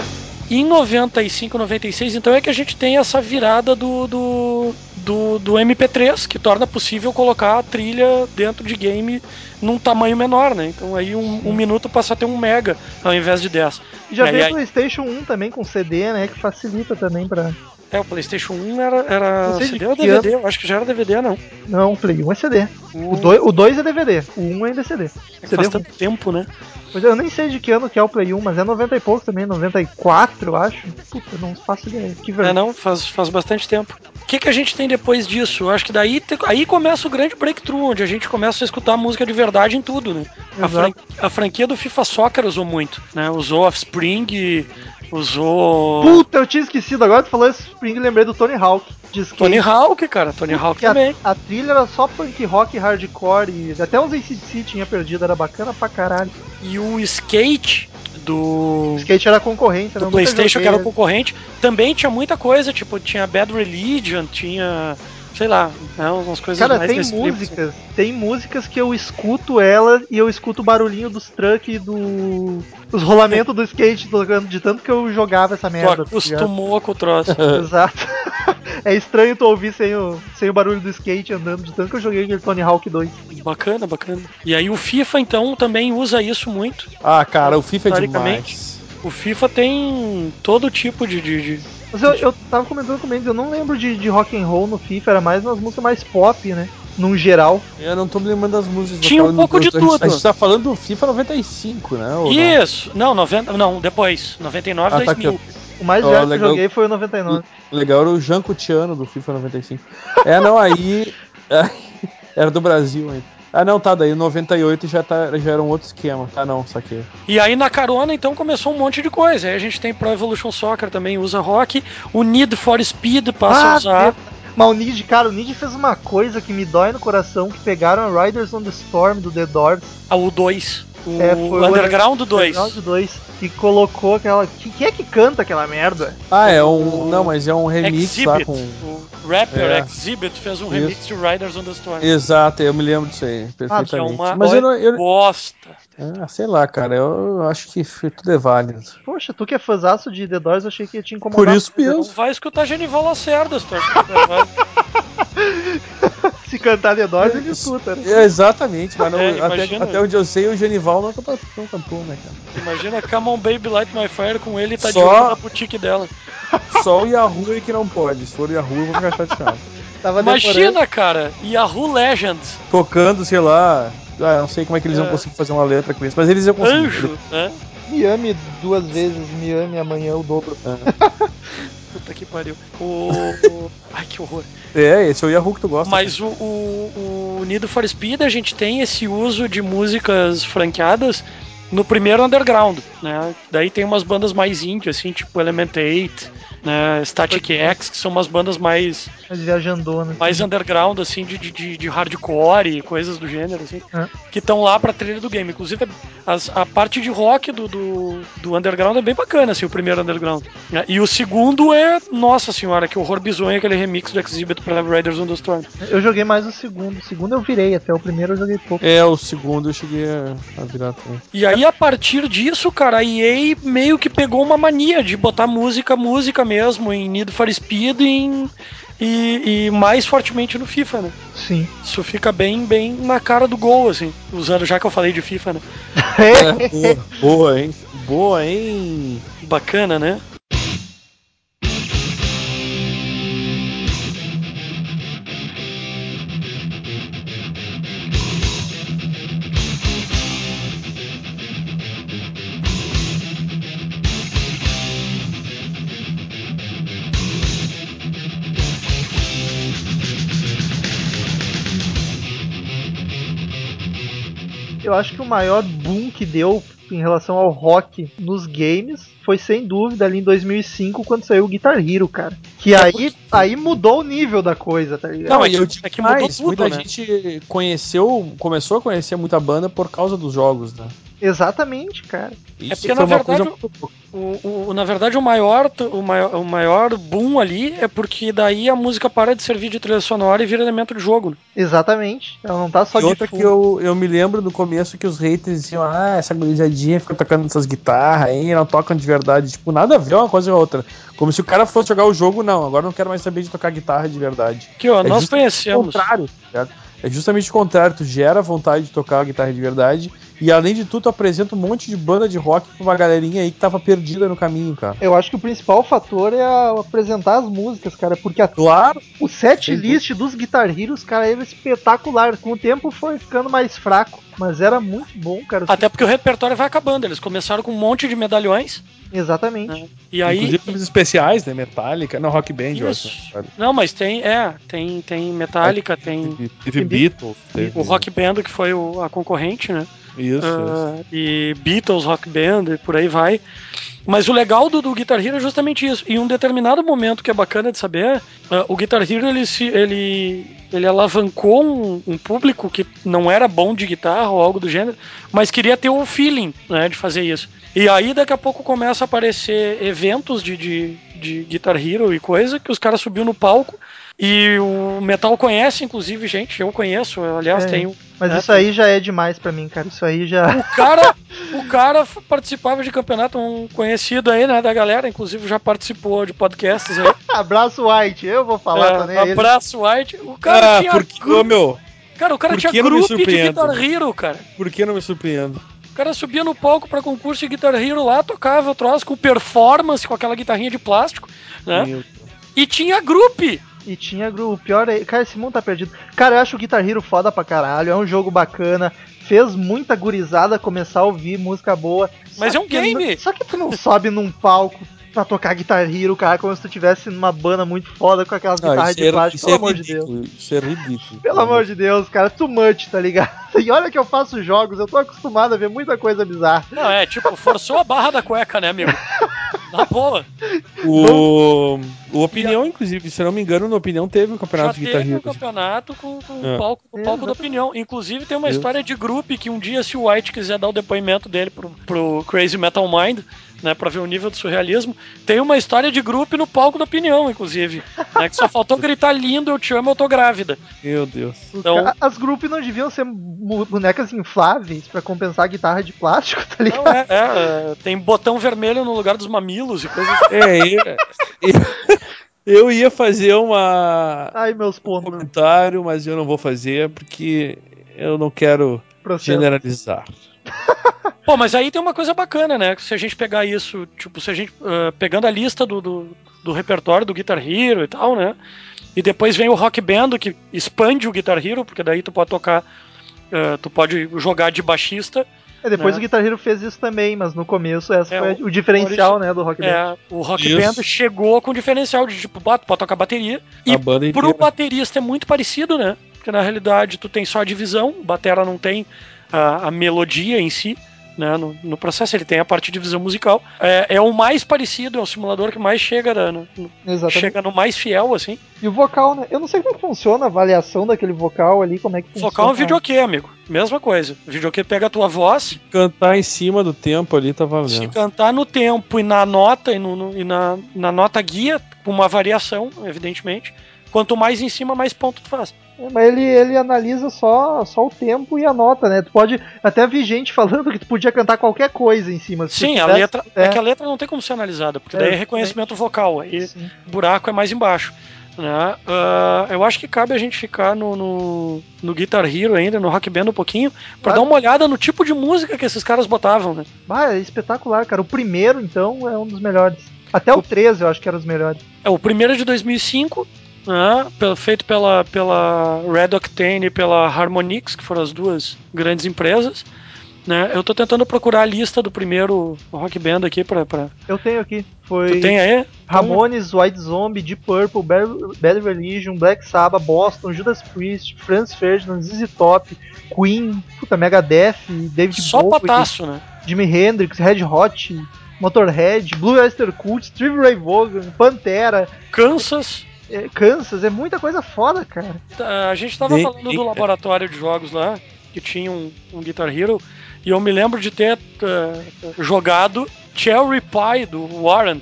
Speaker 3: em 95, 96, então é que a gente tem essa virada do, do, do, do MP3, que torna possível colocar a trilha dentro de game num tamanho menor, né? Então aí um, um minuto passa a ter um mega ao invés de 10.
Speaker 4: E já
Speaker 3: É, e
Speaker 4: veio
Speaker 3: aí-
Speaker 4: o PlayStation 1 também com CD, né? Que facilita também pra.
Speaker 3: É, o PlayStation 1 era, era
Speaker 4: Não sei de
Speaker 3: CD ou
Speaker 4: que
Speaker 3: DVD? Eu acho que já era DVD, não.
Speaker 4: Não, o Play 1 é CD.
Speaker 3: O,
Speaker 4: O 2, o dois é DVD, o 1 ainda é CD.
Speaker 3: é que
Speaker 4: CD
Speaker 3: faz
Speaker 4: ruim.
Speaker 3: tanto tempo, né?
Speaker 4: Pois é, eu nem sei de que ano que é o Play 1, mas é 90 e pouco também, 94, eu acho. Puta, não faço ideia. Que
Speaker 3: É,
Speaker 4: vergonha.
Speaker 3: não, faz, faz bastante tempo. O que, que a gente tem depois disso? Eu Acho que daí te- aí começa o grande breakthrough, onde a gente começa a escutar música de verdade em tudo, né? A,
Speaker 4: Exato.
Speaker 3: fran- a franquia do FIFA Soccer usou muito, né? Usou Offspring, usou
Speaker 4: Puta, eu tinha esquecido. Agora tu falou esse Spring, lembrei do Tony Hawk. De skate.
Speaker 3: Tony Hawk, cara. Tony Hawk
Speaker 4: que a,
Speaker 3: também.
Speaker 4: a trilha era só punk rock, hardcore e até uns ACDC tinha perdido, era bacana pra caralho.
Speaker 3: E o Skate do...
Speaker 4: O skate era né? concorrente,
Speaker 3: do
Speaker 4: era
Speaker 3: PlayStation, que era o concorrente, também tinha muita coisa, tipo, tinha Bad Religion, tinha, sei lá, né, umas coisas
Speaker 4: Cara,
Speaker 3: mais
Speaker 4: tem
Speaker 3: desse tipo.
Speaker 4: músicas, tem músicas que eu escuto ela e eu escuto o barulhinho dos truck e do. os rolamentos do skate tocando, de tanto que eu jogava essa
Speaker 3: Tu
Speaker 4: merda. tá ligado?
Speaker 3: acostumou com o troço.
Speaker 4: Exato. é estranho tu ouvir sem o, sem o barulho do skate andando, de tanto que eu joguei aquele Tony Hawk 2.
Speaker 3: Bacana, bacana. E aí o FIFA, então, também usa isso muito.
Speaker 5: Ah, cara, o FIFA é
Speaker 3: Historicamente.
Speaker 5: demais.
Speaker 3: O FIFA tem todo tipo de. de- de-
Speaker 4: Mas eu, eu tava comentando com o Mendes, eu não lembro de, de rock and roll no FIFA, era mais umas músicas mais pop, né? Num geral.
Speaker 5: Eu não tô me lembrando das músicas.
Speaker 3: Tinha
Speaker 5: cara,
Speaker 3: um
Speaker 5: não-
Speaker 3: pouco
Speaker 5: eu-
Speaker 3: de
Speaker 5: a gente-
Speaker 3: tudo.
Speaker 5: A gente tá falando do FIFA 95, né? ou não?
Speaker 3: Isso! Não, 90, não, depois. 99,
Speaker 5: Ah, tá
Speaker 3: 2000.
Speaker 4: O mais
Speaker 5: Ó,
Speaker 4: velho que eu
Speaker 5: legal.
Speaker 4: joguei foi o 99.
Speaker 5: Legal era o Janko Tiano do FIFA 95. É, não, aí. era do Brasil ainda. Ah, não, tá, daí 98 já, tá, já era um outro esquema. Tá, não, saquei.
Speaker 3: E aí na carona, então, começou um monte de coisa. Aí a gente tem Pro Evolution Soccer também, usa rock. O Need for Speed passa
Speaker 5: Ah,
Speaker 3: a usar.
Speaker 4: Deus. Ah, Mas o Nid, cara, o Nid fez uma coisa que me dói no coração, que pegaram a Riders on the Storm do The Doors.
Speaker 3: Ah, O 2. O
Speaker 4: É, foi o
Speaker 3: Underground 2.
Speaker 4: Underground 2 e colocou aquela. Que, que é que canta aquela merda?
Speaker 5: Ah, é um. Não, mas é um remix lá
Speaker 3: Exhibit.
Speaker 5: com.
Speaker 3: O rapper
Speaker 5: É.
Speaker 3: Exhibit fez um remix de Riders on the Storm.
Speaker 5: Exato, eu me lembro disso aí,
Speaker 3: Ah, que
Speaker 5: perfeitamente.
Speaker 3: é uma
Speaker 5: Mas eu não. eu-
Speaker 3: bosta.
Speaker 5: Ah, sei lá, cara, eu acho que tudo é válido.
Speaker 4: Poxa, tu que é fãzaço de The Doors, eu achei que ia te incomodar.
Speaker 5: Por isso
Speaker 3: Não
Speaker 5: mesmo.
Speaker 3: vai escutar Genival Lacerda, se tu acha que vai.
Speaker 4: Então, Se cantar The Doors, ele escuta, né?
Speaker 5: É, exatamente, mas não-
Speaker 3: É,
Speaker 5: até,
Speaker 3: imagina.
Speaker 5: até onde eu sei, o Genival não é cantou, não cantou né, cara?
Speaker 3: Imagina Come on Baby Light My Fire com ele e tá de
Speaker 5: Só-
Speaker 3: olho na boutique dela.
Speaker 5: Só o Yahoo aí que não pode. Se for o Yahoo, eu vou ficar chateado.
Speaker 4: Tava
Speaker 3: Imagina, cara, Yahoo Legends,
Speaker 5: tocando, sei lá. Ah, eu não sei como é que eles vão
Speaker 3: É.
Speaker 5: conseguir fazer uma letra com isso, mas eles iam conseguir.
Speaker 3: Anjo, né?
Speaker 4: decorando. Me ame duas vezes, me ame amanhã o dobro.
Speaker 3: Puta que pariu. O. Ai, que horror.
Speaker 5: É, esse é o Yahoo que tu gosta.
Speaker 3: Mas o, o, o Need for Speed, a gente tem esse uso de músicas franqueadas no primeiro underground, né? Daí tem umas bandas mais indie, assim, tipo Element 8, né? Static X, que são umas bandas mais,
Speaker 4: Mas viajandona.
Speaker 3: mais underground, assim, de, de- de, de hardcore e coisas do gênero, assim,
Speaker 4: É.
Speaker 3: que estão lá pra trilha do game. Inclusive, as- a parte de rock do, do, do underground é bem bacana, assim, o primeiro underground. né? E o segundo é, nossa senhora, que horror bizonho aquele remix do Exhibit pra Riders on the Storm.
Speaker 4: Eu joguei mais o segundo. O segundo eu virei, até o primeiro eu joguei pouco.
Speaker 5: É, o segundo eu cheguei a a virar também.
Speaker 3: E aí, a partir disso, cara, a EA meio que pegou uma mania de botar música, música mesmo, em Need for Speed e, em- e- e mais fortemente no FIFA, né?
Speaker 4: Sim.
Speaker 3: Isso fica bem, bem na cara do gol, assim, usando já que eu falei de FIFA, né?
Speaker 5: É, boa, boa, hein? Boa, hein?
Speaker 3: Bacana, né?
Speaker 4: Eu acho que o maior boom que deu em relação ao rock nos games foi sem dúvida ali em 2005 quando saiu o Guitar Hero, cara. Que aí, aí mudou o nível da coisa, tá ligado?
Speaker 3: Não, é
Speaker 5: e Ah, eu
Speaker 3: que, é que mudou
Speaker 5: Mas
Speaker 3: tudo,
Speaker 5: muita
Speaker 3: né?
Speaker 5: gente conheceu, começou a conhecer muita banda por causa dos jogos, né?
Speaker 4: Exatamente, cara.
Speaker 3: É
Speaker 5: Isso
Speaker 3: porque, na
Speaker 5: foi uma
Speaker 3: verdade,
Speaker 5: coisa muito-
Speaker 3: O, o- na verdade, o maior, o, maior, o maior boom ali é porque daí a música para de servir de trilha sonora e vira elemento de jogo. né?
Speaker 4: Exatamente. Ela não tá só
Speaker 5: E outra
Speaker 4: de
Speaker 5: que eu, eu me lembro no começo que os haters diziam, ah, essa gurizadinha fica tocando essas guitarras aí, não tocam de verdade. Tipo, nada a ver uma coisa com a outra. Como se o cara fosse jogar o jogo, não, agora não quero mais saber de tocar guitarra de verdade.
Speaker 3: Que ó,
Speaker 5: É
Speaker 3: nós
Speaker 5: justo- o
Speaker 3: conhecemos.
Speaker 5: contrário, tá ligado? É justamente o contrário, tu gera vontade de tocar a guitarra de verdade, e além de tudo, tu apresenta um monte de banda de rock pra uma galerinha aí que tava perdida no caminho, cara.
Speaker 4: Eu acho que o principal fator é a- apresentar as músicas, cara, porque a-
Speaker 5: Claro,
Speaker 4: o set list dos Guitar Heroes, cara, era espetacular. Com o tempo foi ficando mais fraco, mas era muito bom,
Speaker 5: né?
Speaker 4: cara.
Speaker 3: Até porque o repertório vai acabando. Eles começaram com um monte de medalhões.
Speaker 4: Exatamente.
Speaker 3: né? E aí.
Speaker 5: inclusive os especiais, né? Metallica, não, Rock Band, eu
Speaker 3: Isso.
Speaker 5: acho, né?
Speaker 3: Não, mas tem. É, tem, tem Metallica, tem
Speaker 5: Teve, teve Beatles, teve...
Speaker 3: o Rock Band, que foi o- a concorrente, né?
Speaker 5: Isso, isso.
Speaker 3: Ah, e Beatles, Rock Band e por aí vai. Mas o legal do, do Guitar Hero é justamente isso. Em um determinado momento que é bacana de saber, ah, o Guitar Hero ele, se, ele, ele alavancou um, um público que não era bom de guitarra ou algo do gênero, mas queria ter o feeling né, de fazer isso. E aí daqui a pouco começa a aparecer eventos de, de, de Guitar Hero e coisa, que os caras subiu no palco. E o Metal conhece, inclusive, gente. Eu conheço, aliás,
Speaker 4: É.
Speaker 3: tem um
Speaker 4: Mas
Speaker 3: É,
Speaker 4: isso aí já é demais pra mim, cara. Isso aí já.
Speaker 3: o cara, o cara f- participava de campeonato, um conhecido aí, né, da galera, inclusive já participou de podcasts aí.
Speaker 4: Abraço, White. Eu vou falar também.
Speaker 3: É, abraço, White. O cara
Speaker 5: ah,
Speaker 3: tinha
Speaker 5: porque,
Speaker 3: gru-
Speaker 5: ô, meu,
Speaker 3: cara, o cara
Speaker 5: por
Speaker 3: tinha
Speaker 5: que não me
Speaker 3: grupo de
Speaker 5: surpreendo? né?
Speaker 3: Guitar Hero, cara.
Speaker 5: por que não me surpreendo?
Speaker 3: O cara subia no palco pra concurso de Guitar Hero lá, tocava o troço com performance, com aquela guitarrinha de plástico, né?
Speaker 5: Meu-
Speaker 3: E tinha grupo.
Speaker 4: E tinha grupo. O pior é. Cara, esse mundo tá perdido. Cara, eu acho o Guitar Hero foda pra caralho. É um jogo bacana. Fez muita gurizada começar a ouvir música boa.
Speaker 3: Mas
Speaker 4: Só
Speaker 3: é um
Speaker 4: que não-
Speaker 3: game.
Speaker 4: Só que tu não sobe num palco pra tocar Guitar Hero, cara, como se tu tivesse numa banda muito foda com aquelas
Speaker 5: Não,
Speaker 4: guitarras
Speaker 5: isso
Speaker 4: de
Speaker 5: é-
Speaker 4: plástico.
Speaker 5: isso
Speaker 4: Pelo
Speaker 5: é
Speaker 4: amor de Deus.
Speaker 5: ridículo, Isso é ridículo.
Speaker 4: Pelo amor de Deus, cara, too much, tá ligado? E olha que eu faço jogos, eu tô acostumado a ver muita coisa bizarra.
Speaker 3: Não, é, tipo, forçou a barra da cueca, né, amigo? Na boa.
Speaker 5: O, o Opinião, inclusive, se eu não me engano, no Opinião teve o
Speaker 3: Já
Speaker 5: campeonato de
Speaker 3: teve um
Speaker 5: guitarrista.
Speaker 3: campeonato com, com
Speaker 5: É.
Speaker 3: o palco, com o
Speaker 4: É,
Speaker 3: palco da
Speaker 4: exatamente.
Speaker 3: opinião. Inclusive tem uma
Speaker 5: Isso.
Speaker 3: história de grupo que um dia, se o White quiser dar o depoimento dele pro, pro Crazy Metal Mind, né, pra ver o nível de surrealismo, tem uma história de grupo no palco da opinião, inclusive. né, que só faltou gritar lindo, eu te amo, eu tô grávida.
Speaker 5: Meu Deus.
Speaker 3: Então,
Speaker 4: A- As grupos não deviam ser mu- bonecas infláveis pra compensar a guitarra de plástico, tá ligado?
Speaker 3: não, é, é, é, tem botão vermelho no lugar dos mamilos e coisas assim.
Speaker 5: É, eu, eu ia fazer uma,
Speaker 4: Ai, meus
Speaker 5: um
Speaker 4: pontos.
Speaker 5: comentário, mas eu não vou fazer porque eu não quero
Speaker 4: Processo.
Speaker 5: generalizar.
Speaker 3: Pô, mas aí tem uma coisa bacana, né? que Se a gente pegar isso, tipo, se a gente. ah, pegando a lista do, do, do repertório do Guitar Hero e tal, né? E depois vem o Rock Band, que expande o Guitar Hero, porque daí tu pode tocar. ah, tu pode jogar de baixista.
Speaker 4: É, depois
Speaker 3: É.
Speaker 4: o Guitar Hero fez isso também, mas no começo essa
Speaker 3: É,
Speaker 4: foi o diferencial, né, do Rock Band.
Speaker 3: É, o Rock
Speaker 5: Isso.
Speaker 3: Band chegou com o diferencial de tipo, bah, tu pode tocar bateria. E
Speaker 5: a banda
Speaker 3: pro
Speaker 5: inteira.
Speaker 3: baterista é muito parecido, né? Porque na realidade tu tem só a divisão, o batera não tem a, a melodia em si, né? No, no processo ele tem a parte de divisão musical. É, é o mais parecido, é o simulador que mais chega, né, no- no-
Speaker 4: Exatamente.
Speaker 3: chega no mais fiel, assim.
Speaker 4: E o vocal, né? Eu não sei como é que funciona a avaliação daquele vocal ali, como é que funciona.
Speaker 3: Focar um videokê, amigo. Mesma coisa. O videokê pega a tua voz,
Speaker 5: Cantar em cima do tempo ali tá
Speaker 3: se
Speaker 5: valendo.
Speaker 3: cantar no tempo e na nota e, no- no- e na, na nota guia, com uma variação, evidentemente. Quanto mais em cima, mais ponto tu faz.
Speaker 4: É, Mas ele, ele analisa só, só o tempo e a nota, né? Tu pode. Até vi gente falando que tu podia cantar qualquer coisa em cima. se tu
Speaker 3: Sim, a
Speaker 4: quisesse.
Speaker 3: letra.
Speaker 4: é.
Speaker 3: É. que a letra não tem como ser analisada, porque
Speaker 4: É,
Speaker 3: daí é reconhecimento vocal. Aí
Speaker 4: Sim.
Speaker 3: o buraco é mais embaixo. Né? Ah, eu acho que cabe a gente ficar no, no, no Guitar Hero ainda, no Rock Band um pouquinho, pra
Speaker 4: Claro.
Speaker 3: dar uma olhada no tipo de música que esses caras botavam, né?
Speaker 4: Ah, é espetacular, cara. O primeiro, então, é um dos melhores. Até o 13 eu acho que era os melhores.
Speaker 3: É, o primeiro é de 2005, né, pelo- feito pela, pela Red Octane e pela Harmonix, que foram as duas grandes empresas. Né? Eu tô tentando procurar a lista do primeiro Rock Band aqui pra. pra...
Speaker 4: Eu tenho aqui.
Speaker 3: Tu
Speaker 4: Foi
Speaker 3: tem aí?
Speaker 4: Ramones, White Zombie, Deep Purple, Bad, Bad Religion, Black Sabbath, Boston, Judas Priest, Franz Ferdinand, ZZ Top, Queen, puta, Megadeth, David
Speaker 3: Só
Speaker 4: Bowie,
Speaker 3: pataço, né?
Speaker 4: Jimi Hendrix, Red Hot, Motorhead, Blue Oyster Cult, Steve Ray Vaughan, Pantera,
Speaker 3: Kansas.
Speaker 4: é, Kansas, é muita coisa foda, cara.
Speaker 3: Tá, A gente tava
Speaker 5: Bem- é.
Speaker 3: falando
Speaker 5: bem-
Speaker 3: do laboratório de jogos lá, que tinha um, um Guitar Hero, E eu me lembro de ter eh, jogado Cherry Pie do Warrant.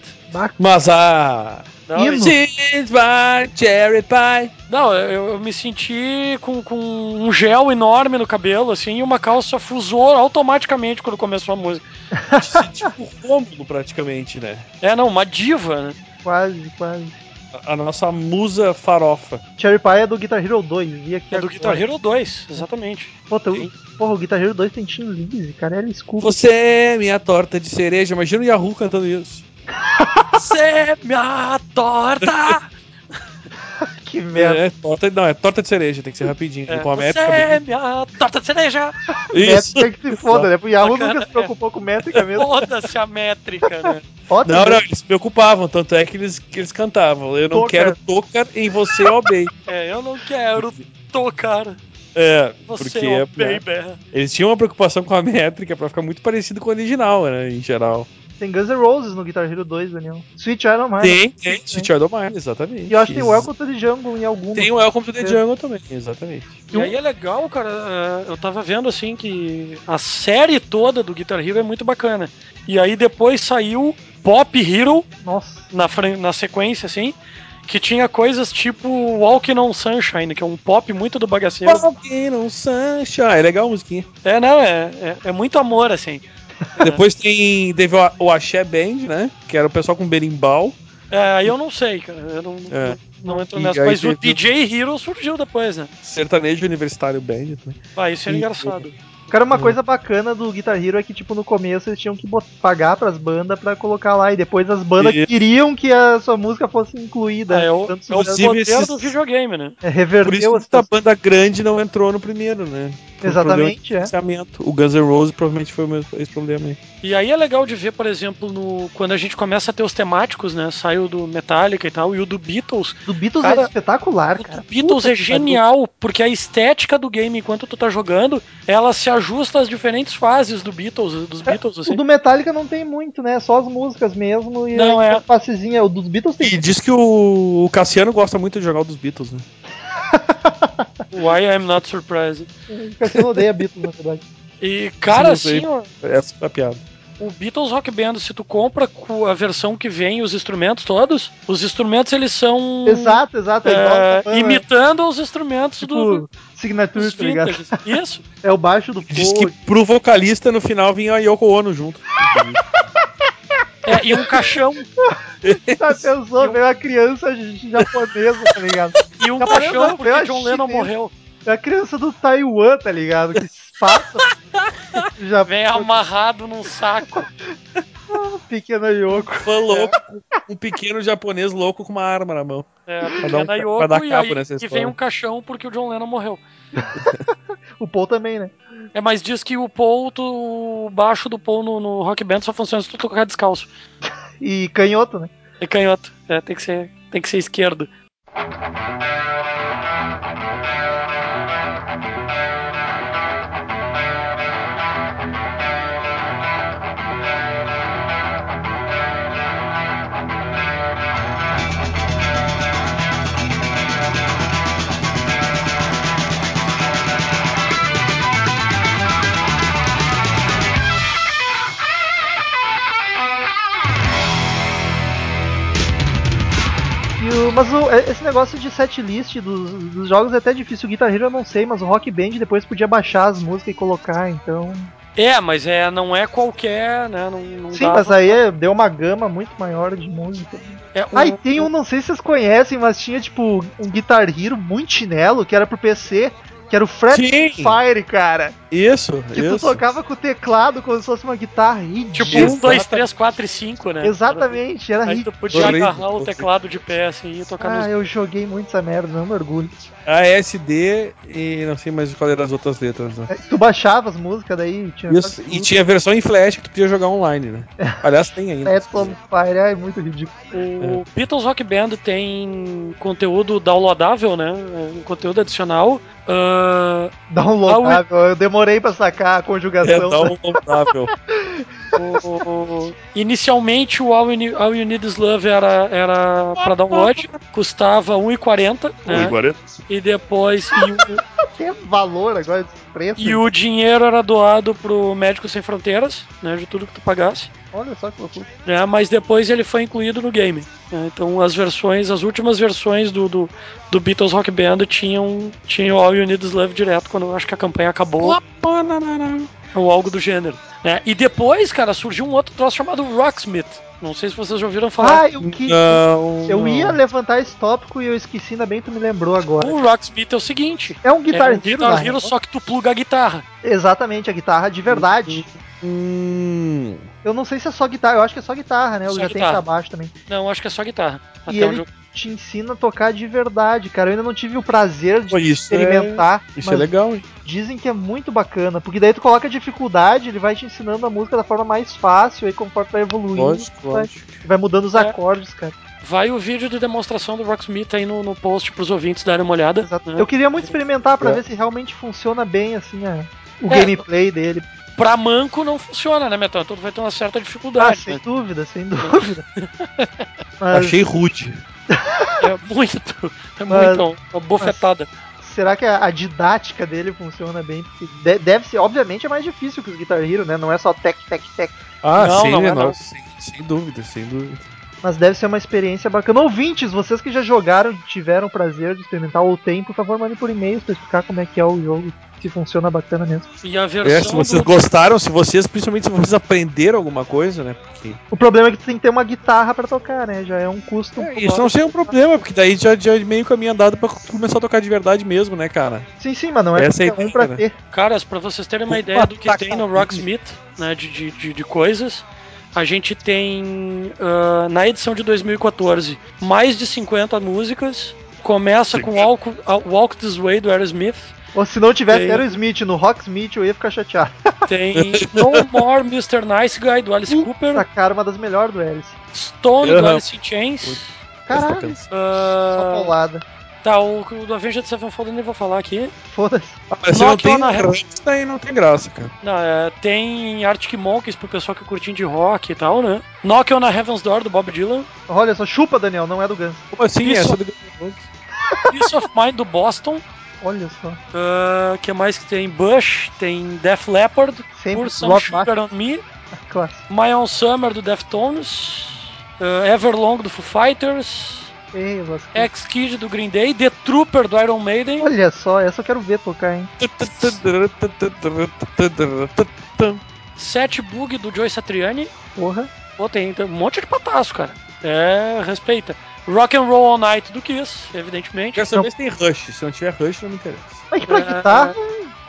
Speaker 5: Mas a.
Speaker 3: Não,
Speaker 4: Hino.
Speaker 5: She's my cherry pie.
Speaker 3: Não, eu, eu me senti com, com um gel enorme no cabelo, assim, e uma calça fusou automaticamente quando começou a música.
Speaker 5: tipo Rômulo, praticamente, né?
Speaker 3: É, não, uma diva, né?
Speaker 4: Quase, quase.
Speaker 5: A, a nossa musa farofa.
Speaker 4: Cherry Pie é do Guitar Hero 2, vi aqui
Speaker 3: É do
Speaker 4: agora.
Speaker 3: Guitar Hero 2, exatamente.
Speaker 4: Puta, o- porra, o Guitar Hero 2 tem Team Lizzy, cara, ele desculpa.
Speaker 5: Você é minha torta de cereja. Imagina o Yahoo cantando isso.
Speaker 3: Você é minha torta!
Speaker 4: Que merda.
Speaker 5: É, torta, não, é torta de cereja, tem que ser rapidinho.
Speaker 3: É,
Speaker 5: com a
Speaker 3: você
Speaker 5: métrica
Speaker 3: é
Speaker 5: bem.
Speaker 3: minha torta de cereja!
Speaker 5: Isso.
Speaker 4: Métrica É, que se foda, né? O Yahoo
Speaker 3: Cara,
Speaker 4: nunca se preocupou com métrica mesmo.
Speaker 3: Foda-se a métrica, né?
Speaker 4: Foda,
Speaker 5: Não,
Speaker 4: né?
Speaker 5: não, eles se preocupavam, tanto é que eles, que eles cantavam. Eu não
Speaker 4: Tocar.
Speaker 5: quero tocar em você, ó, baby.
Speaker 3: É, eu não quero tocar
Speaker 5: É,
Speaker 3: você,
Speaker 5: porque
Speaker 3: ó,
Speaker 5: é,
Speaker 3: baby.
Speaker 5: eles tinham uma preocupação com a métrica pra ficar muito parecido com o original, né, em geral.
Speaker 4: Tem Guns N' Roses no Guitar Hero 2, Daniel. Sweet Iron Mine.
Speaker 5: Tem, tem, Sweet Child O' Mine, exatamente.
Speaker 4: E eu acho que tem
Speaker 5: Isso.
Speaker 4: Welcome to the Jungle em algum.
Speaker 5: Tem o Welcome to the Jungle também, exatamente.
Speaker 3: E aí é legal, cara, eh, eu tava vendo assim que a série toda do Guitar Hero é muito bacana. E aí depois saiu Pop Hero
Speaker 4: Nossa.
Speaker 3: na, fran- na sequência, assim, que tinha coisas tipo Walking on Sunshine, que é um pop muito do bagaceiro.
Speaker 5: Walking on Sunshine. É legal a musiquinha.
Speaker 3: É, não, é, é, é muito amor, assim.
Speaker 5: Depois tem teve o, o Axé Band, né? Que era o pessoal com berimbau.
Speaker 3: É, aí eu não sei, cara, eu não,
Speaker 5: É.
Speaker 3: não entro
Speaker 5: E
Speaker 3: nessa.
Speaker 5: aí
Speaker 3: Mas o
Speaker 5: teve-
Speaker 3: DJ Hero surgiu depois, né?
Speaker 5: Sertanejo Universitário Band. Né?
Speaker 3: Vai, isso era
Speaker 5: E-
Speaker 3: engraçado.
Speaker 4: Cara, uma coisa bacana do Guitar Hero é que, tipo, no começo eles tinham que bot- pagar pras bandas pra colocar lá. E depois as bandas
Speaker 5: Isso.
Speaker 4: queriam que a sua música fosse incluída.
Speaker 3: É, é o,
Speaker 4: Tanto
Speaker 3: é o
Speaker 4: sucesso-
Speaker 5: Inclusive
Speaker 3: poder
Speaker 5: esses-
Speaker 3: do videogame, né?
Speaker 4: é,
Speaker 5: Por isso
Speaker 4: reverteu
Speaker 5: que tá-
Speaker 4: as
Speaker 5: muita banda grande não entrou no primeiro, né? Por problema de
Speaker 4: Exatamente, é.
Speaker 5: financiamento. O Guns N' Roses provavelmente foi o mesmo, esse problema aí.
Speaker 3: E aí é legal de ver, por exemplo, no, quando a gente começa a ter os temáticos, né? Saiu do Metallica e tal, e o do Beatles.
Speaker 4: Do Beatles
Speaker 3: Cara,
Speaker 4: é espetacular,
Speaker 3: O do
Speaker 4: cara.
Speaker 3: Beatles é genial, porque a estética do game enquanto tu tá jogando, ela se ajusta às diferentes fases do Beatles, dos Beatles,
Speaker 4: É, O
Speaker 3: assim.
Speaker 4: do Metallica não tem muito, né? Só as músicas mesmo e
Speaker 3: Não, é.
Speaker 4: a passezinha. O dos Beatles tem.
Speaker 5: E diz que o, o Cassiano gosta muito de jogar o dos Beatles, né?
Speaker 3: Why I'm Not Surprised.
Speaker 4: Fica sem odeia Beatles, na verdade.
Speaker 3: E, cara,
Speaker 5: Sim, eu
Speaker 3: assim, ó,
Speaker 5: Essa foi a piada.
Speaker 3: o Beatles Rock Band, se tu compra com a versão que vem, os instrumentos todos, os instrumentos eles são.
Speaker 4: Exato, exato. É, igual
Speaker 3: é,
Speaker 4: essa banda,
Speaker 3: imitando os instrumentos do,
Speaker 4: Tipo,
Speaker 3: do,
Speaker 4: signature,
Speaker 3: dos
Speaker 4: tá ligado?
Speaker 3: vintages. Isso.
Speaker 4: É o baixo do
Speaker 5: Diz
Speaker 4: povo.
Speaker 5: que pro vocalista no final vinha a Yoko Ono junto.
Speaker 3: É, e um caixão.
Speaker 4: Tá pensando, veio uma criança japonesa, tá ligado?
Speaker 3: E um
Speaker 4: Tá parecendo
Speaker 3: caixão,
Speaker 4: eu
Speaker 3: porque
Speaker 4: achei
Speaker 3: John Lennon
Speaker 5: né?
Speaker 4: mesmo.
Speaker 3: morreu.
Speaker 4: É a criança do Taiwan, tá ligado? Que faça. Já
Speaker 5: Tá
Speaker 3: Vem
Speaker 5: um
Speaker 3: amarrado num saco.
Speaker 4: pequena Yoko.
Speaker 5: Fã louco, um pequeno japonês louco com uma arma na mão.
Speaker 3: É,
Speaker 5: Pra dar um-
Speaker 3: pequena Yoko
Speaker 5: pra dar
Speaker 3: e,
Speaker 5: cabo
Speaker 3: aí,
Speaker 5: nessa
Speaker 3: e
Speaker 5: história.
Speaker 3: vem um caixão porque o John Lennon morreu.
Speaker 4: O Paul também, né?
Speaker 3: É, mas diz que o Paul, tu- o baixo do Paul no, no Rock Band só funciona se tu tocar descalço.
Speaker 4: E canhoto, né?
Speaker 3: É canhoto. É, tem que ser, tem que ser esquerdo.
Speaker 4: E o- mas o- é- esse negócio de setlist dos, dos jogos é até difícil. O Guitar Hero eu não sei, mas o Rock Band depois podia baixar as músicas e colocar, então.
Speaker 3: É, mas é, não é qualquer, né? Não, não
Speaker 4: Sim,
Speaker 3: dá
Speaker 4: mas
Speaker 3: pra-
Speaker 4: aí é- deu uma gama muito maior de música.
Speaker 3: é,
Speaker 4: Ah, e tem um, não sei se vocês conhecem, mas tinha tipo um Guitar Hero muito chinelo, que era pro PC, que era o Fred
Speaker 5: Sim.
Speaker 4: Fire, cara.
Speaker 5: Isso,
Speaker 4: Que
Speaker 5: isso.
Speaker 4: tu tocava com o teclado como se fosse uma guitarra
Speaker 3: Tipo,
Speaker 4: ridícula.
Speaker 3: 1, 2, 3, 4 e 5, né?
Speaker 4: Exatamente, era
Speaker 3: Aí
Speaker 4: ridículo.
Speaker 3: tu podia
Speaker 5: Horrível.
Speaker 3: agarrar o teclado de pé assim e tocar
Speaker 4: Ah,
Speaker 3: nos.
Speaker 4: eu joguei muito essa merda, não me orgulho.
Speaker 5: ASD e não sei mais qual eram as outras letras, né?
Speaker 4: É, Tu baixava as músicas daí, tinha.
Speaker 5: Isso, e tinha a versão em flash que tu podia jogar online, né? Aliás, tem ainda.
Speaker 4: Set on Fire, é muito ridículo.
Speaker 3: O Beatles Rock Band tem conteúdo downloadável, né? É, Um conteúdo adicional. Ah, Ahn,
Speaker 4: Downloadável, eu Ah, demorei pra sacar a
Speaker 5: É
Speaker 4: conjugação.
Speaker 5: downloadável.
Speaker 3: O- inicialmente o All You Need, All You Need Is Love era, era pra download, custava 1,40 né?
Speaker 5: é
Speaker 1: 1,40.
Speaker 3: e depois e o,
Speaker 4: Tem é valor agora de preço.
Speaker 3: e o dinheiro era doado pro Médicos Sem Fronteiras, né? De tudo que tu pagasse.
Speaker 4: Olha só que loucura.
Speaker 3: né, Mas depois ele foi incluído no game. né, Então as versões, as últimas versões do, do, do Beatles Rock Band tinham, tinham All You Need Is Love direto quando eu acho que a campanha acabou. ou algo do gênero. né? E depois, cara, surgiu um outro troço chamado Rocksmith. Não sei se vocês já ouviram falar.
Speaker 4: Ah, eu, que,
Speaker 5: Não,
Speaker 4: eu
Speaker 5: não.
Speaker 4: ia levantar esse tópico e eu esqueci, ainda bem que tu me lembrou agora.
Speaker 3: O Rocksmith é o seguinte.
Speaker 4: É um
Speaker 3: Guitar,
Speaker 4: Guitar
Speaker 3: é um
Speaker 4: Hero,
Speaker 3: Guitar
Speaker 4: na
Speaker 3: Hero,
Speaker 4: real.
Speaker 3: só que tu pluga a guitarra.
Speaker 4: Exatamente, a guitarra de verdade.
Speaker 5: Hum.
Speaker 4: Eu não sei se é só guitarra, eu acho que é só guitarra, né? Eu
Speaker 3: Só
Speaker 4: já
Speaker 3: guitarra.
Speaker 4: tenho abaixo também.
Speaker 3: Não, acho que é só guitarra.
Speaker 4: E
Speaker 3: Até onde
Speaker 4: ele te ensina a tocar de verdade, cara. Eu ainda não tive o prazer de
Speaker 5: Pô, isso é-
Speaker 4: experimentar,
Speaker 5: Isso é
Speaker 4: mas
Speaker 5: legal, hein?
Speaker 4: dizem que é muito bacana, porque daí tu coloca dificuldade, ele vai te ensinando a música da forma mais fácil, aí conforme tu vai evoluindo,
Speaker 5: Lógico,
Speaker 4: tu vai,
Speaker 5: lógico.
Speaker 4: vai mudando os
Speaker 3: É.
Speaker 4: acordes, cara.
Speaker 3: eu- Vai o vídeo de demonstração do Rocksmith aí no, no post pros ouvintes darem uma olhada.
Speaker 4: Exato.
Speaker 3: né?
Speaker 4: Eu queria muito experimentar pra
Speaker 5: É.
Speaker 4: ver se realmente funciona bem, assim, a- o
Speaker 3: É.
Speaker 4: gameplay dele.
Speaker 3: Pra manco não funciona, né, Metal? Então tu vai ter uma certa
Speaker 4: Ah,
Speaker 3: dificuldade.
Speaker 4: sem
Speaker 3: né?
Speaker 4: dúvida, sem dúvida. Mas
Speaker 5: Achei rude.
Speaker 3: É muito. É
Speaker 4: Mas-
Speaker 3: muito. Uma bofetada.
Speaker 4: será que a, a didática dele funciona bem? Porque de- deve ser, obviamente é mais difícil que os Guitar Hero, né? Não é só tec, tec, tec.
Speaker 5: Ah,
Speaker 3: Não,
Speaker 5: sim,
Speaker 3: não é,
Speaker 5: né?
Speaker 3: não.
Speaker 5: nossa, Sem, sem dúvida, sem dúvida.
Speaker 4: Mas deve ser uma experiência bacana. Ouvintes, vocês que já jogaram, tiveram o prazer de experimentar ou tem, por favor, mandem por e-mail pra explicar como é que é o jogo, se funciona bacana mesmo.
Speaker 3: E a
Speaker 5: É, se
Speaker 3: versão.
Speaker 5: vocês
Speaker 3: do...
Speaker 5: gostaram, se vocês, principalmente se vocês aprenderam alguma coisa, né? Porque
Speaker 4: O problema é que tu tem que ter uma guitarra pra tocar, né? Já é um custo.
Speaker 5: É, isso não sei um problema, porque daí já, já é meio caminho andado pra começar a tocar de verdade mesmo, né, cara?
Speaker 4: Sim, sim, mas não é
Speaker 5: Essa é a
Speaker 4: qualquer um
Speaker 5: ideia,
Speaker 4: pra
Speaker 5: né?
Speaker 4: ter.
Speaker 3: Caras, pra vocês terem uma
Speaker 5: Opa,
Speaker 3: ideia do que
Speaker 5: tá
Speaker 3: tem
Speaker 5: com-
Speaker 3: no Rocksmith, né, de, de, de, de coisas, a gente tem, ah, na edição de 2014, mais de 50 músicas. Começa com Walk, ah, Walk This Way do Aerosmith.
Speaker 4: Ou se não tivesse
Speaker 5: É.
Speaker 3: Tem.
Speaker 4: Aerosmith no Rocksmith, eu ia ficar chateado.
Speaker 3: Tem No More Mr. Nice Guy do Alice Cooper,
Speaker 4: Sacaram é uma das melhores do Alice.
Speaker 3: Stone do
Speaker 5: Aham.
Speaker 3: Alice in Chains,
Speaker 5: Essa
Speaker 4: Caralho,
Speaker 5: canção.
Speaker 4: só
Speaker 3: ah,
Speaker 4: colada.
Speaker 3: tá, o, o do Avenged Sevenfold eu nem vou falar aqui.
Speaker 4: Foda-se.
Speaker 5: Ah, mas se não
Speaker 3: Knock
Speaker 5: tem
Speaker 3: on a Heaven.
Speaker 5: isso daí não tem graça, cara.
Speaker 3: Não, é, tem Arctic Monkeys pro pessoal que curte de rock e tal, né? Knock on a Heaven's Door do Bob Dylan,
Speaker 4: Olha só, chupa, Daniel, não é do Guns.
Speaker 5: Como assim?
Speaker 3: Isso.
Speaker 5: Essa do
Speaker 3: Peace of Mind do Boston,
Speaker 4: Olha só.
Speaker 3: ah, que mais que tem? Bush, tem Def Leppard,
Speaker 4: Sempre
Speaker 3: Pour Some
Speaker 4: Rob
Speaker 3: Sugar on Me,
Speaker 4: Master, classe.
Speaker 3: My Own Summer do Deftones, ah, Everlong do Foo Fighters,
Speaker 4: Ei,
Speaker 3: É
Speaker 4: lasquei.
Speaker 3: X-Kid do Green Day, The Trooper do Iron Maiden.
Speaker 4: Olha só, essa eu quero ver tocar, hein?
Speaker 3: Sete Bug do Joe Satriani.
Speaker 4: Porra.
Speaker 3: Pô, tem, tem um monte de pataço, cara. É, respeita. Rock and Roll All Night do Kiss, evidentemente.
Speaker 5: Quero saber se tem rush. Se não tiver rush, não me interessa.
Speaker 4: Mas que pra
Speaker 3: É.
Speaker 4: guitarra?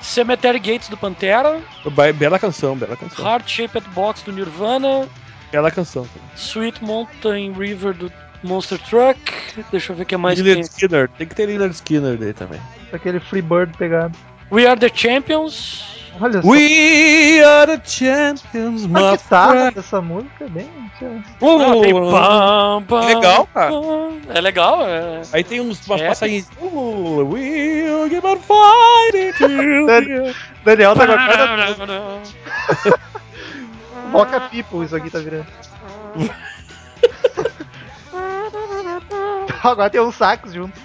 Speaker 3: Cemetery Gates do Pantera.
Speaker 5: Be- Bela canção, bela canção.
Speaker 3: Heart Shaped Box do Nirvana.
Speaker 5: Bela canção. cara.
Speaker 3: Sweet Mountain River do Monster Truck. Deixa eu ver o que mais
Speaker 5: Leonard
Speaker 3: tem.
Speaker 5: Skinner. Tem que ter Leonard Skinner daí também.
Speaker 4: Aquele Freebird pegado.
Speaker 3: We Are The Champions.
Speaker 4: Olha só.
Speaker 5: We are the champions,
Speaker 4: A
Speaker 5: my
Speaker 4: guitarra
Speaker 5: friend.
Speaker 4: dessa música é bem. sei lá.
Speaker 3: Ah, tem
Speaker 5: Uh,
Speaker 3: pam, pam,
Speaker 5: Legal, cara.
Speaker 3: pam. É legal, é.
Speaker 5: Aí tem uns, umas
Speaker 3: É.
Speaker 5: passagens. Uh, we'll give on fighting till
Speaker 4: Daniel tá com a cara Boca People, isso aqui tá virando. Agora tem uns sax junto.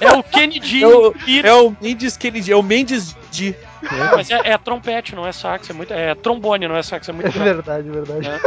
Speaker 3: É o Kennedy.
Speaker 5: É o-
Speaker 3: e-
Speaker 5: É o Mendes Kennedy, é o Mendes D.
Speaker 3: Mas é, é trompete, não é sax. É, muito, é trombone, não é sax. É
Speaker 4: É
Speaker 3: muito grave.
Speaker 4: verdade, é verdade.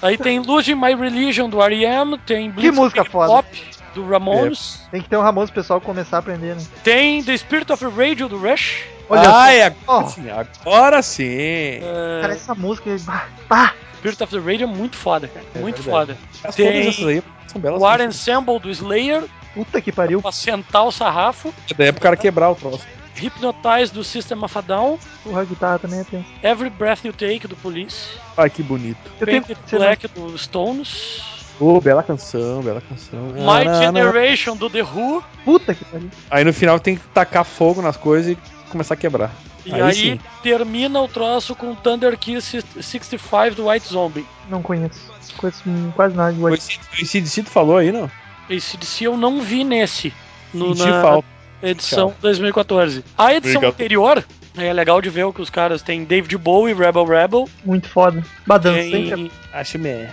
Speaker 3: Aí tem Losing My Religion do R.E.M. Tem Blitzkrieg
Speaker 4: música foda.
Speaker 3: Pop do
Speaker 5: É.
Speaker 3: Ramones.
Speaker 4: Tem que ter um Ramones pro pessoal começar a aprender, né?
Speaker 3: Tem The Spirit of Radio do Rush.
Speaker 4: Olha
Speaker 5: Ai, agora
Speaker 4: Ó.
Speaker 5: sim, agora sim.
Speaker 4: Cara, essa música. bah, bah.
Speaker 3: É, Spirit of the Radio é muito foda, cara. muito
Speaker 5: verdade.
Speaker 3: foda.
Speaker 5: Mas
Speaker 3: tem-
Speaker 5: todas essas aí são belas.
Speaker 3: O War Ensemble do Slayer,
Speaker 4: Puta que pariu.
Speaker 3: pra sentar o sarrafo.
Speaker 5: Daí é pro cara quebrar o troço.
Speaker 3: Hypnotize do System of a Down.
Speaker 4: Porra, a guitarra também é tenso.
Speaker 3: Every Breath You Take do Police.
Speaker 5: Ai, que bonito.
Speaker 4: Eu tenho
Speaker 3: Painted
Speaker 4: que
Speaker 3: Black do Stones.
Speaker 5: Ô, bela canção, bela canção.
Speaker 3: My
Speaker 5: Ah, não, não.
Speaker 3: Generation do The Who.
Speaker 4: Puta que pariu.
Speaker 5: Aí no final tem que tacar fogo nas coisas e começar a quebrar.
Speaker 3: E aí,
Speaker 5: Aí sim.
Speaker 3: termina o troço com Thunder Kiss 65 do White Zombie.
Speaker 4: Não conheço. Conheço hum, quase nada de
Speaker 5: O
Speaker 4: White
Speaker 5: ICDC tu falou aí, não?
Speaker 3: Esse DC eu não vi nesse. No,
Speaker 5: Senti
Speaker 3: na
Speaker 5: falta.
Speaker 3: edição 2014. A edição
Speaker 1: Obrigado.
Speaker 3: anterior, Aí é legal de ver o que os caras têm. David Bowie, Rebel Rebel.
Speaker 4: Muito foda. Badança, hein?
Speaker 3: Tem...
Speaker 5: Acho me.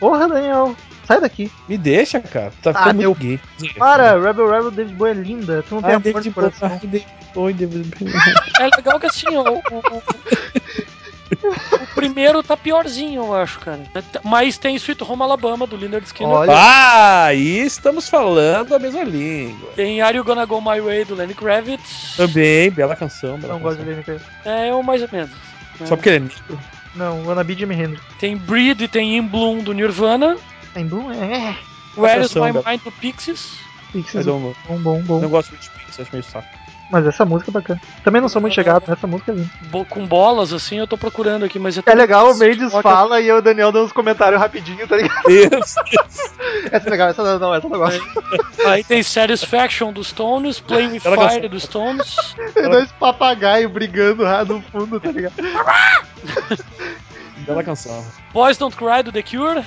Speaker 4: Porra, Daniel. Sai daqui.
Speaker 5: Me deixa, cara. Tá
Speaker 4: Ah,
Speaker 5: ficando
Speaker 4: meu-
Speaker 5: muito gay.
Speaker 4: Para, Rebel Rebel David Bowie é linda. Tu não tem
Speaker 5: Ah,
Speaker 4: amor
Speaker 5: David
Speaker 4: no
Speaker 5: Bowie.
Speaker 4: coração.
Speaker 5: Ah, David Bowie, David Bowie.
Speaker 3: É legal que assim, ó, o, o- o primeiro tá piorzinho, eu acho, cara. É, tá, Mas tem Sweet Home Alabama, do Leonard Skinner.
Speaker 4: Olha.
Speaker 5: Ah, aí estamos falando a mesma língua.
Speaker 3: Tem Are You Gonna Go My Way, do Lenny Kravitz.
Speaker 5: Também, bela canção. Bela
Speaker 4: Não
Speaker 5: canção.
Speaker 4: gosto de Lenny Kravitz.
Speaker 3: É, ou mais ou menos. né?
Speaker 5: Só porque ele é negro.
Speaker 4: Não, Wannabe Jimi Hendrix.
Speaker 3: Tem Breed e tem In Bloom, do Nirvana.
Speaker 4: Em Bloom? É.
Speaker 3: Where Is
Speaker 5: canção,
Speaker 3: My
Speaker 5: Beto.
Speaker 3: Mind, do Pixies.
Speaker 5: I
Speaker 4: Pixies,
Speaker 5: don't know.
Speaker 4: bom, bom, bom.
Speaker 5: Não gosto muito de Pix, acho meio saco.
Speaker 4: Mas essa música é bacana. Também não sou
Speaker 5: Ah.
Speaker 4: muito chegado nessa música é linda.
Speaker 3: Bo- com bolas, assim, eu tô procurando aqui, mas...
Speaker 4: É legal, o Mendes fala e o Daniel dá uns comentários rapidinho, tá ligado?
Speaker 5: Deus.
Speaker 4: Essa é legal, essa não, não, essa eu não gosto.
Speaker 3: Aí tem Satisfaction, dos Stones. Play With
Speaker 5: Ela
Speaker 3: Fire, dos Stones.
Speaker 5: É,
Speaker 4: Tem dois papagaios brigando lá no fundo, tá ligado?
Speaker 5: bela canção.
Speaker 3: Boys Don't Cry, do The Cure.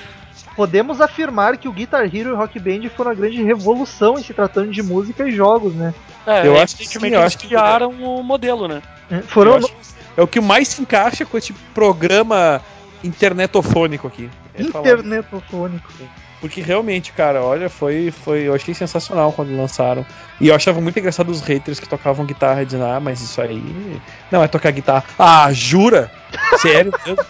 Speaker 4: Podemos afirmar que o Guitar Hero e o Rock Band foram uma grande revolução em se tratando de música e jogos, né?
Speaker 3: É,
Speaker 5: Eu acho que
Speaker 3: evidentemente
Speaker 5: sim, eu
Speaker 3: eles
Speaker 5: acho que-
Speaker 3: criaram o modelo, né?
Speaker 4: Foram.
Speaker 5: Eu acho- É o que mais se encaixa com esse programa internetofônico aqui. É falar-
Speaker 4: Internetofônico.
Speaker 5: Porque realmente, cara, olha, foi, foi. Eu achei sensacional quando lançaram. E eu achava muito engraçado os haters que tocavam guitarra e dizendo, ah, mas isso aí. Não, é tocar guitarra. Ah, jura? Sério? mesmo?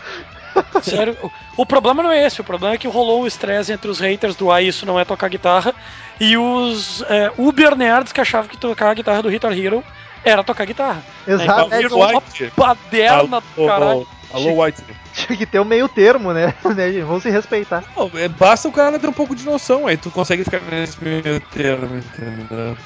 Speaker 3: Sério, o- o problema não é esse, o problema é que rolou um estresse entre os haters do Ah, isso não é tocar guitarra e os é, Uber nerds que achavam que tocar a guitarra do Guitar Hero era tocar guitarra.
Speaker 4: Exato.
Speaker 3: Então,
Speaker 4: É,
Speaker 3: virou uma paderna do
Speaker 5: Alô,
Speaker 3: caralho.
Speaker 5: Alô, White.
Speaker 4: tinha que ter um meio termo, né? Né, gente? Vão se respeitar.
Speaker 5: Não, é, basta o cara ter um pouco de noção, aí tu consegue ficar nesse meio termo, entendeu?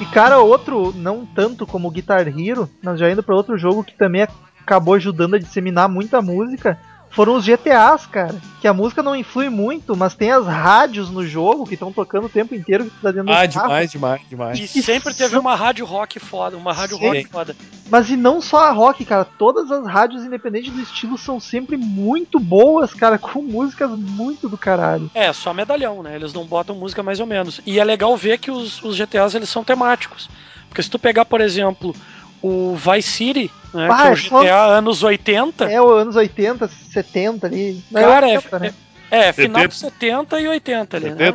Speaker 4: E cara, outro, não tanto como Guitar Hero, mas já indo pra outro jogo que também acabou ajudando a disseminar muita música, foram os GTAs, cara. Que a música não influi muito, mas tem as rádios no jogo que estão tocando o tempo inteiro que tu tá dentro
Speaker 5: Ah,
Speaker 4: do carro.
Speaker 5: demais, demais, demais.
Speaker 3: E sempre teve uma rádio rock foda, uma rádio
Speaker 5: Sim.
Speaker 3: rock foda.
Speaker 4: Mas e não só a rock, cara, todas as rádios, independente do estilo, são sempre muito boas, cara, com músicas muito do caralho.
Speaker 3: É, só medalhão, né? Eles não botam música mais ou menos. E é legal ver que os, os GTAs eles são temáticos. Porque se tu pegar, por exemplo, o Vice City, né,
Speaker 4: Ah,
Speaker 3: que é
Speaker 4: é
Speaker 3: o
Speaker 4: só-
Speaker 3: GTA anos 80,
Speaker 4: É os anos 80, 70 ali. Não,
Speaker 3: Cara, é,
Speaker 4: 80, né?
Speaker 3: é, é, final dos 70 e 80 ali, né?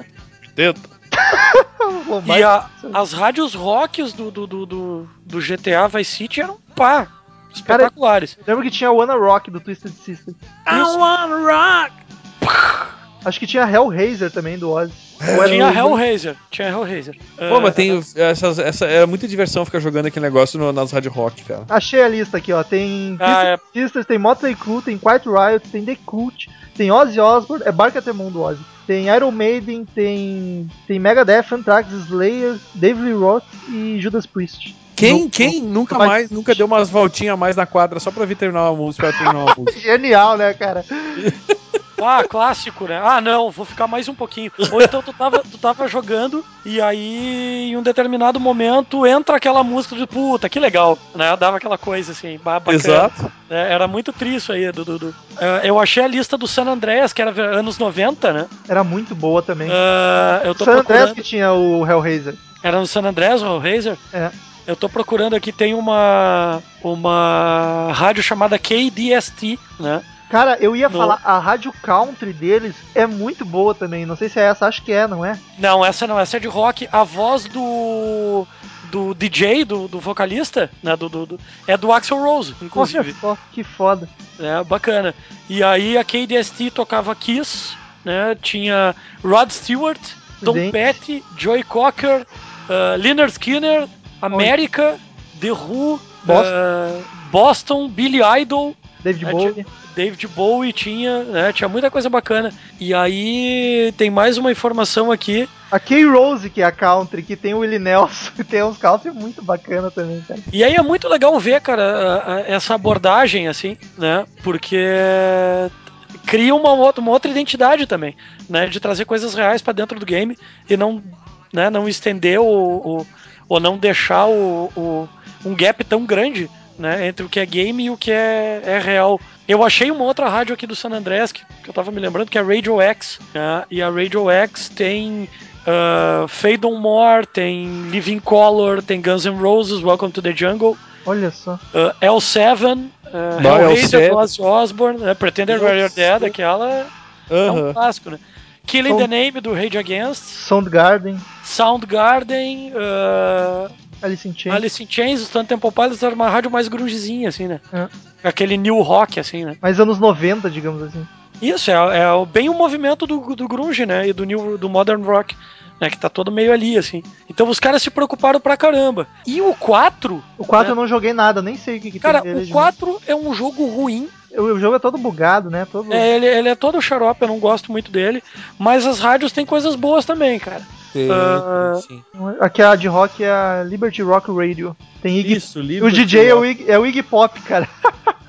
Speaker 4: Lombardi.
Speaker 3: E a- as rádios rocks do, do, do, do, do GTA Vice City eram pá, espetaculares.
Speaker 4: Lembro que tinha a Wanna Rock do Twisted Sister.
Speaker 3: Isso.
Speaker 4: Acho que tinha a Hellraiser também do Ozzy.
Speaker 3: Tinha Hellraiser, tinha Hellraiser.
Speaker 5: Pô, mas tem essas, essa, era muita diversão ficar jogando aquele negócio no- nas rádio rock, cara.
Speaker 4: Achei a lista aqui, ó. Tem
Speaker 3: Ah, é.
Speaker 4: Twisted Sisters, tem Motley Crue, tem Quiet Riot, tem The Cult, tem Ozzy Osbourne, é Barca Temon do Ozzy. Tem Iron Maiden, tem tem Megadeth, Anthrax, Slayer, David Roth e Judas Priest.
Speaker 5: Quem,
Speaker 4: No-
Speaker 5: quem nunca
Speaker 4: mas-
Speaker 5: mais, nunca deu umas voltinhas a mais na quadra só pra vir terminar uma música, pra terminar uma música.
Speaker 4: Genial, né, cara?
Speaker 3: Ah, clássico, né? Ah, não, vou ficar mais um pouquinho. Ou então tu tava, tu tava jogando e aí em um determinado momento entra aquela música de puta, que legal, né? Dava aquela coisa assim, ba- bacana.
Speaker 5: Exato.
Speaker 3: né? Era muito triste aí, Dudu. Dudu. Ah, eu achei a lista do San Andreas, que era anos 90, né?
Speaker 4: Era muito boa também.
Speaker 3: Ah, eu tô
Speaker 4: San Andreas
Speaker 3: procurando.
Speaker 4: que tinha o Hellraiser.
Speaker 3: Era no San Andreas, o Razer?
Speaker 4: É.
Speaker 3: Eu tô procurando aqui, tem uma uma rádio chamada KDST, né?
Speaker 4: Cara, eu ia
Speaker 3: No-
Speaker 4: falar, a rádio country deles é muito boa também. Não sei se é essa, acho que é, não é?
Speaker 3: Não, essa não, essa é de rock. A voz do do DJ, do, do vocalista, né? Do, do- do- é do Axel Rose,
Speaker 4: Olha
Speaker 3: inclusive.
Speaker 4: só, que foda.
Speaker 3: É, bacana. E aí a KDST tocava Kiss, né? Tinha Rod Stewart, Tom
Speaker 4: Gente.
Speaker 3: Petty, Joy Cocker, ah, Leonard Skinner, América, The Who,
Speaker 4: Boston.
Speaker 3: ah, Boston, Billy Idol.
Speaker 4: David
Speaker 3: É,
Speaker 4: Bowie.
Speaker 3: David Bowie tinha, né? Tinha muita coisa bacana. E aí tem mais uma informação aqui.
Speaker 4: A Kay Rose, que é a country, que tem o Willie Nelson, que tem uns country muito bacana também, cara.
Speaker 3: E aí é muito legal ver, cara, a- a- essa abordagem, assim, né? Porque cria uma outra, uma outra identidade também, né? De trazer coisas reais pra dentro do game e não, né, não estender o, o- ou não deixar o, o- um gap tão grande, né? Entre o que é game e o que é, é real. Eu achei uma outra rádio aqui do San Andreas que, que eu tava me lembrando, que é a Radio X. né, E a Radio X tem ah, Fade No More, tem Living Color, tem Guns N' Roses, Welcome to the Jungle.
Speaker 4: Olha só.
Speaker 3: Uh, L7, uh,
Speaker 5: Não,
Speaker 3: Hellraiser,
Speaker 5: L7.
Speaker 3: Ozzy Osbourne, né, Pretender Where You're
Speaker 5: Nossa.
Speaker 3: Dead, aquela é um
Speaker 5: Aham.
Speaker 3: clássico, né? Killing
Speaker 4: Então-
Speaker 3: the Name, do Rage Against,
Speaker 4: Soundgarden,
Speaker 3: Soundgarden, uh,
Speaker 4: Alice in Chains.
Speaker 3: Alice in Chains, Stone Temple Pilots, era uma rádio mais grungezinha, assim, né?
Speaker 5: Ah.
Speaker 3: Aquele new rock, assim, né?
Speaker 4: Mas anos 90, digamos assim.
Speaker 3: Isso, é, é o- bem o movimento do, do grunge, né? E do, new, do modern rock, né? Que tá todo meio ali, assim. Então os caras se preocuparam pra caramba. E o 4,
Speaker 4: O 4
Speaker 3: É.
Speaker 4: eu não joguei nada, nem sei o que, que
Speaker 3: cara,
Speaker 4: tem dele.
Speaker 3: o 4 é um jogo ruim,
Speaker 4: O, o jogo é todo bugado, né?
Speaker 5: Hum.
Speaker 4: Todo...
Speaker 3: É, ele, ele é todo xarope, eu não gosto muito dele. Mas as rádios têm coisas boas também, cara.
Speaker 4: Então,
Speaker 5: Tem,
Speaker 3: Ah,
Speaker 5: sim.
Speaker 4: Aqui a de rock é a Liberty Rock Radio. Tem Iggy...
Speaker 5: Isso, Liberty
Speaker 4: o DJ é o,
Speaker 5: Rock,
Speaker 4: Iggy, é o Iggy Pop, cara.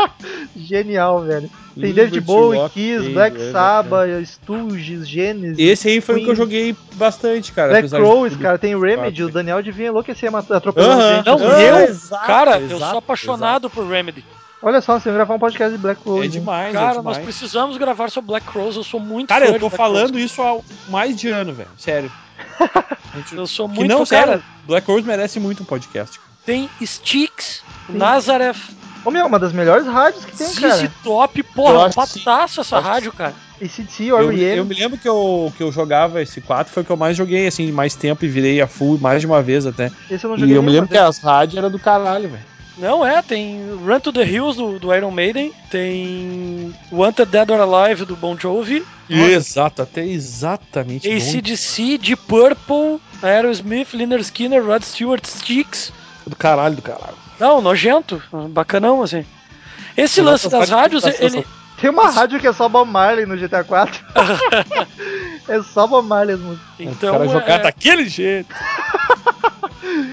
Speaker 4: Genial, velho. Tem David
Speaker 5: Liberty
Speaker 4: Bowie,
Speaker 5: Rock,
Speaker 4: Kiss,
Speaker 5: tem,
Speaker 4: Black
Speaker 5: é,
Speaker 4: Sabbath, Stooges, Genesis.
Speaker 5: Esse aí foi o que eu
Speaker 4: Queen.
Speaker 5: joguei bastante, cara.
Speaker 4: Black
Speaker 5: apesar de
Speaker 4: Rose,
Speaker 5: tudo.
Speaker 4: cara, tem o Remedy,
Speaker 5: Ah,
Speaker 4: o
Speaker 5: sim.
Speaker 4: Daniel devia enlouquecer mat- atropelando
Speaker 5: Aham,
Speaker 4: gente.
Speaker 3: Não,
Speaker 4: né?
Speaker 3: eu-
Speaker 5: Ah, exato,
Speaker 3: cara, eu
Speaker 5: exato,
Speaker 3: sou apaixonado por Remedy.
Speaker 4: Olha só, você vai gravar um podcast de Black
Speaker 5: exato.
Speaker 4: Rose.
Speaker 5: É
Speaker 4: hein?
Speaker 5: demais,
Speaker 3: cara,
Speaker 5: é demais.
Speaker 3: nós precisamos gravar sobre Black Rose, eu sou muito
Speaker 5: Cara,
Speaker 3: fã
Speaker 5: eu
Speaker 3: de
Speaker 5: tô
Speaker 3: Black
Speaker 5: falando
Speaker 3: Rose.
Speaker 5: isso há mais de ano, velho. Sério. A gente-
Speaker 3: Eu sou
Speaker 5: que
Speaker 3: muito
Speaker 5: não,
Speaker 3: cara.
Speaker 5: sério. Black Rose merece muito um podcast. cara.
Speaker 3: Tem Styx, Nazareth,
Speaker 4: Ô meu, uma das melhores rádios que tem,
Speaker 3: ZZ
Speaker 4: cara.
Speaker 3: Top, porra,
Speaker 5: Gosto, sim.
Speaker 3: pataça essa
Speaker 5: Gosto.
Speaker 3: rádio, cara.
Speaker 4: ACDC,
Speaker 5: Eu, me-
Speaker 4: R.E.M.
Speaker 5: eu me lembro que eu, que eu jogava esse 4, foi o que eu mais joguei, assim, mais tempo e virei a full mais de uma vez até.
Speaker 4: Esse eu não
Speaker 5: E
Speaker 4: joguei
Speaker 5: eu
Speaker 4: nem
Speaker 5: me lembro que
Speaker 4: pra
Speaker 5: as rádios eram do caralho, velho.
Speaker 3: Não é, tem Run to the Hills do, do Iron Maiden, tem Wanted Dead or Alive do Bon Jovi,
Speaker 5: Exato, até exatamente. bom.
Speaker 3: ACDC, Deep Purple, Aerosmith, Lynyrd Skinner, Rod Stewart, Styx,
Speaker 5: Do caralho, do caralho.
Speaker 3: Não, nojento, bacanão, assim. Esse
Speaker 5: Eu
Speaker 3: lance
Speaker 5: gosto
Speaker 3: das
Speaker 5: bastante
Speaker 3: rádios,
Speaker 5: da sensação.
Speaker 3: ele.
Speaker 4: ter. Tem uma rádio que é só Bob Marley no GTA IV. é só Bob Marley as músicas.
Speaker 5: o
Speaker 3: Então,
Speaker 5: cara jogar tá-
Speaker 3: é,
Speaker 5: daquele jeito.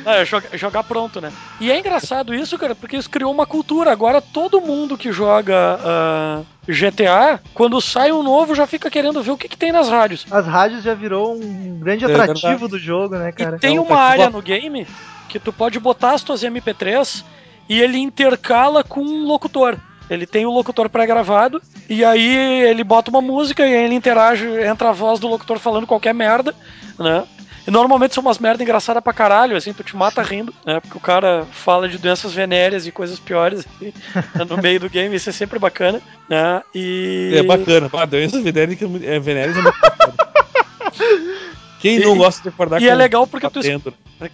Speaker 3: é, joga- jogar pronto, né? E é engraçado isso, cara, porque isso criou uma cultura. Agora todo mundo que joga ah, GTA, quando sai um novo, já fica querendo ver o que, que tem nas rádios.
Speaker 4: As rádios já virou um grande
Speaker 5: É
Speaker 4: atrativo
Speaker 5: verdade.
Speaker 4: do jogo, né, cara?
Speaker 3: e tem
Speaker 5: então,
Speaker 3: uma
Speaker 5: tá aqui,
Speaker 3: área
Speaker 5: bota.
Speaker 3: no game que tu pode botar as tuas MP3 e ele intercala com um locutor. Ele tem o locutor pré-gravado e aí ele bota uma música e aí ele interage, entra a voz do locutor falando qualquer merda, né? E normalmente são umas merda engraçada pra caralho, assim, tu te mata rindo, né? Porque o cara fala de doenças venéreas e coisas piores assim, no meio do game, isso é sempre bacana, né? E...
Speaker 5: É bacana. Ah, doença venérica é venérea é muito bacana. Quem não
Speaker 3: E-
Speaker 5: gosta de acordar
Speaker 3: E é legal porque tu.
Speaker 5: batendo, né?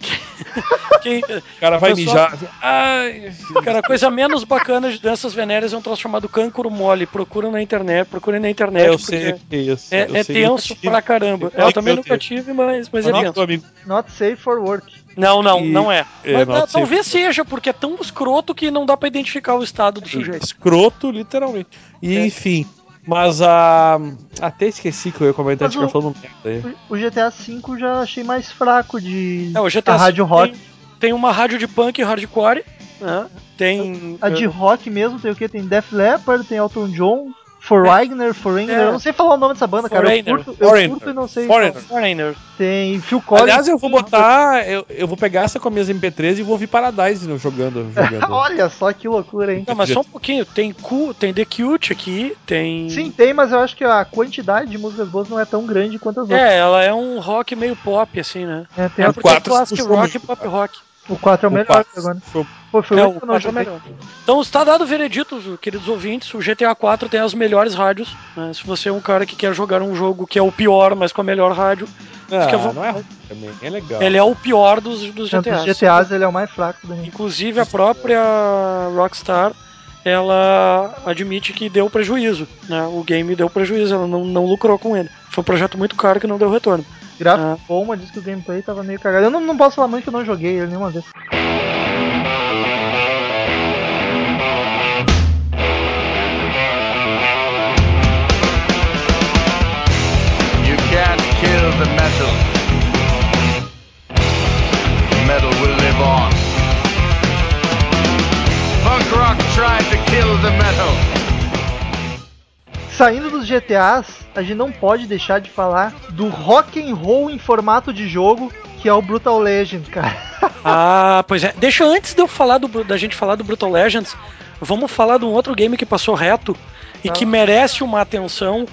Speaker 3: Quem,
Speaker 5: O cara vai
Speaker 3: O pessoal-
Speaker 5: mijar. assim, Ai,
Speaker 3: Cara, a coisa menos bacana de doenças venéreas é um troço chamado cancro mole. Procura na internet, procurem na internet,
Speaker 5: eu
Speaker 3: porque
Speaker 5: sei o que é isso.
Speaker 3: é,
Speaker 5: eu
Speaker 3: é
Speaker 5: sei, eu
Speaker 3: tenso
Speaker 5: tive.
Speaker 3: pra caramba.
Speaker 5: Eu
Speaker 3: Eu,
Speaker 5: sei que
Speaker 3: também
Speaker 5: eu
Speaker 3: nunca
Speaker 5: tive.
Speaker 3: tive, mas, mas é
Speaker 5: Nossa,
Speaker 3: tenso.
Speaker 5: meu amigo,
Speaker 4: Not safe for work.
Speaker 3: Não, não,
Speaker 5: E-
Speaker 3: não é.
Speaker 5: é,
Speaker 3: mas
Speaker 5: não,
Speaker 3: dá-
Speaker 5: eu sei.
Speaker 3: talvez seja, porque é tão escroto que não dá pra identificar o estado
Speaker 4: Hum.
Speaker 3: do sujeito.
Speaker 5: é Escroto, literalmente. E
Speaker 3: É.
Speaker 5: enfim. Mas a. Até esqueci que eu ia comentar
Speaker 4: Mas
Speaker 5: de ficar
Speaker 4: o-
Speaker 5: falando merda aí.
Speaker 4: O GTA V já achei mais fraco de.
Speaker 3: É, o GTA
Speaker 4: a rádio
Speaker 3: tem-
Speaker 4: rock.
Speaker 3: Tem, uma rádio de punk hardcore, né? Tem.
Speaker 4: A de rock mesmo tem o que? Tem Def Leppard, tem Elton John, Foreigner, Foreigner.
Speaker 3: É.
Speaker 4: Eu não sei falar o nome dessa banda, cara. Eu
Speaker 3: Foreigner.
Speaker 4: curto, eu curto
Speaker 5: Foreigner.
Speaker 4: e não sei.
Speaker 5: Foreigner.
Speaker 3: eh, Foreigner.
Speaker 4: Tem Phil Collins.
Speaker 5: Aliás, eu vou botar. Eu, eu vou pegar essa com as minhas MP3 e vou ouvir Paradise né, jogando. jogando.
Speaker 4: Olha só que loucura, hein?
Speaker 3: Não, mas só um pouquinho. Tem, cu, tem The Cute aqui, tem.
Speaker 4: Sim, tem, mas eu acho que a quantidade de músicas boas não é tão grande quanto as outras.
Speaker 3: É, ela é um rock meio pop, assim, né?
Speaker 4: É, tem
Speaker 3: É
Speaker 4: a-
Speaker 3: porque é
Speaker 5: quatro
Speaker 3: classic
Speaker 5: expulsou
Speaker 3: rock e
Speaker 5: muito,
Speaker 3: pop
Speaker 5: cara.
Speaker 3: rock.
Speaker 4: o 4 é o
Speaker 5: O
Speaker 4: melhor
Speaker 5: quatro.
Speaker 4: até agora.
Speaker 5: Foi-
Speaker 4: Pô, foi
Speaker 3: É,
Speaker 4: o
Speaker 3: o
Speaker 4: único que eu não
Speaker 3: quatro é
Speaker 4: joguei.
Speaker 3: melhor. Então está dado o veredito, queridos ouvintes. O GTA 4 tem as melhores rádios. né? Se você é um cara que quer jogar um jogo que é o pior, mas com a melhor rádio, Fica à
Speaker 5: Ah,
Speaker 3: vontade.
Speaker 5: não é ruim também, é legal.
Speaker 3: ele é o pior dos, dos
Speaker 4: Tanto
Speaker 3: GTAs.
Speaker 4: os GTAs ele é o mais fraco do
Speaker 3: Inclusive a própria Rockstar, ela admite que deu prejuízo. né? O game deu prejuízo, ela não, não lucrou com ele. Foi um projeto muito caro que não deu retorno.
Speaker 4: Gráfico
Speaker 3: Ah.
Speaker 4: bom, mas diz que o gameplay tava meio cagado. Eu não, não posso falar muito que eu não joguei ele nenhuma vez.
Speaker 6: You can't kill the metal. Metal will live on. Punk rock tried to kill the metal.
Speaker 4: Saindo dos GTAs, a gente não pode deixar de falar do rock and roll em formato de jogo, que é o Brutal Legend, cara.
Speaker 3: Ah, pois é. Deixa antes de eu falar do, Bru- da gente falar do Brutal Legends, vamos falar de um outro game que passou reto e
Speaker 4: Ah.
Speaker 3: que merece uma atenção,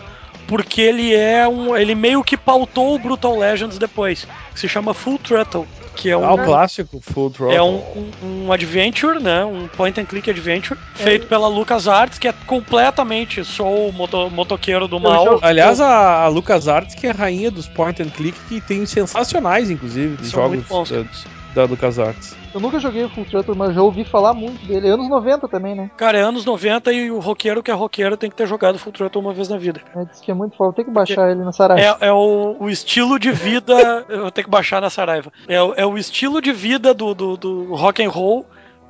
Speaker 3: porque ele é um. ele meio que pautou o Brutal Legends depois. Que se chama Full Throttle, que é um.
Speaker 5: Ah, o clássico, Full Throttle. É.
Speaker 3: É um, um- um adventure, né? Um point and click adventure feito pela LucasArts, que é completamente sou o moto, motoqueiro do mal.
Speaker 4: já-
Speaker 5: Aliás,
Speaker 3: é um-
Speaker 5: a, a LucasArts, que é a rainha dos point and click, que tem sensacionais, inclusive, de
Speaker 3: São muito bons.
Speaker 5: jogos da, da LucasArts.
Speaker 4: Eu nunca joguei o Full Throttle, mas já ouvi falar muito dele. É Anos 90 também, né?
Speaker 3: Cara, é anos 90 e o roqueiro que é roqueiro tem que ter jogado Full Throttle uma vez na vida.
Speaker 4: É, Diz que é muito foda. Tem que baixar ele na Saraiva.
Speaker 3: É, é o, o estilo de vida. eu tenho que baixar na Saraiva. É, o- é o estilo de vida do, do, do rock and roll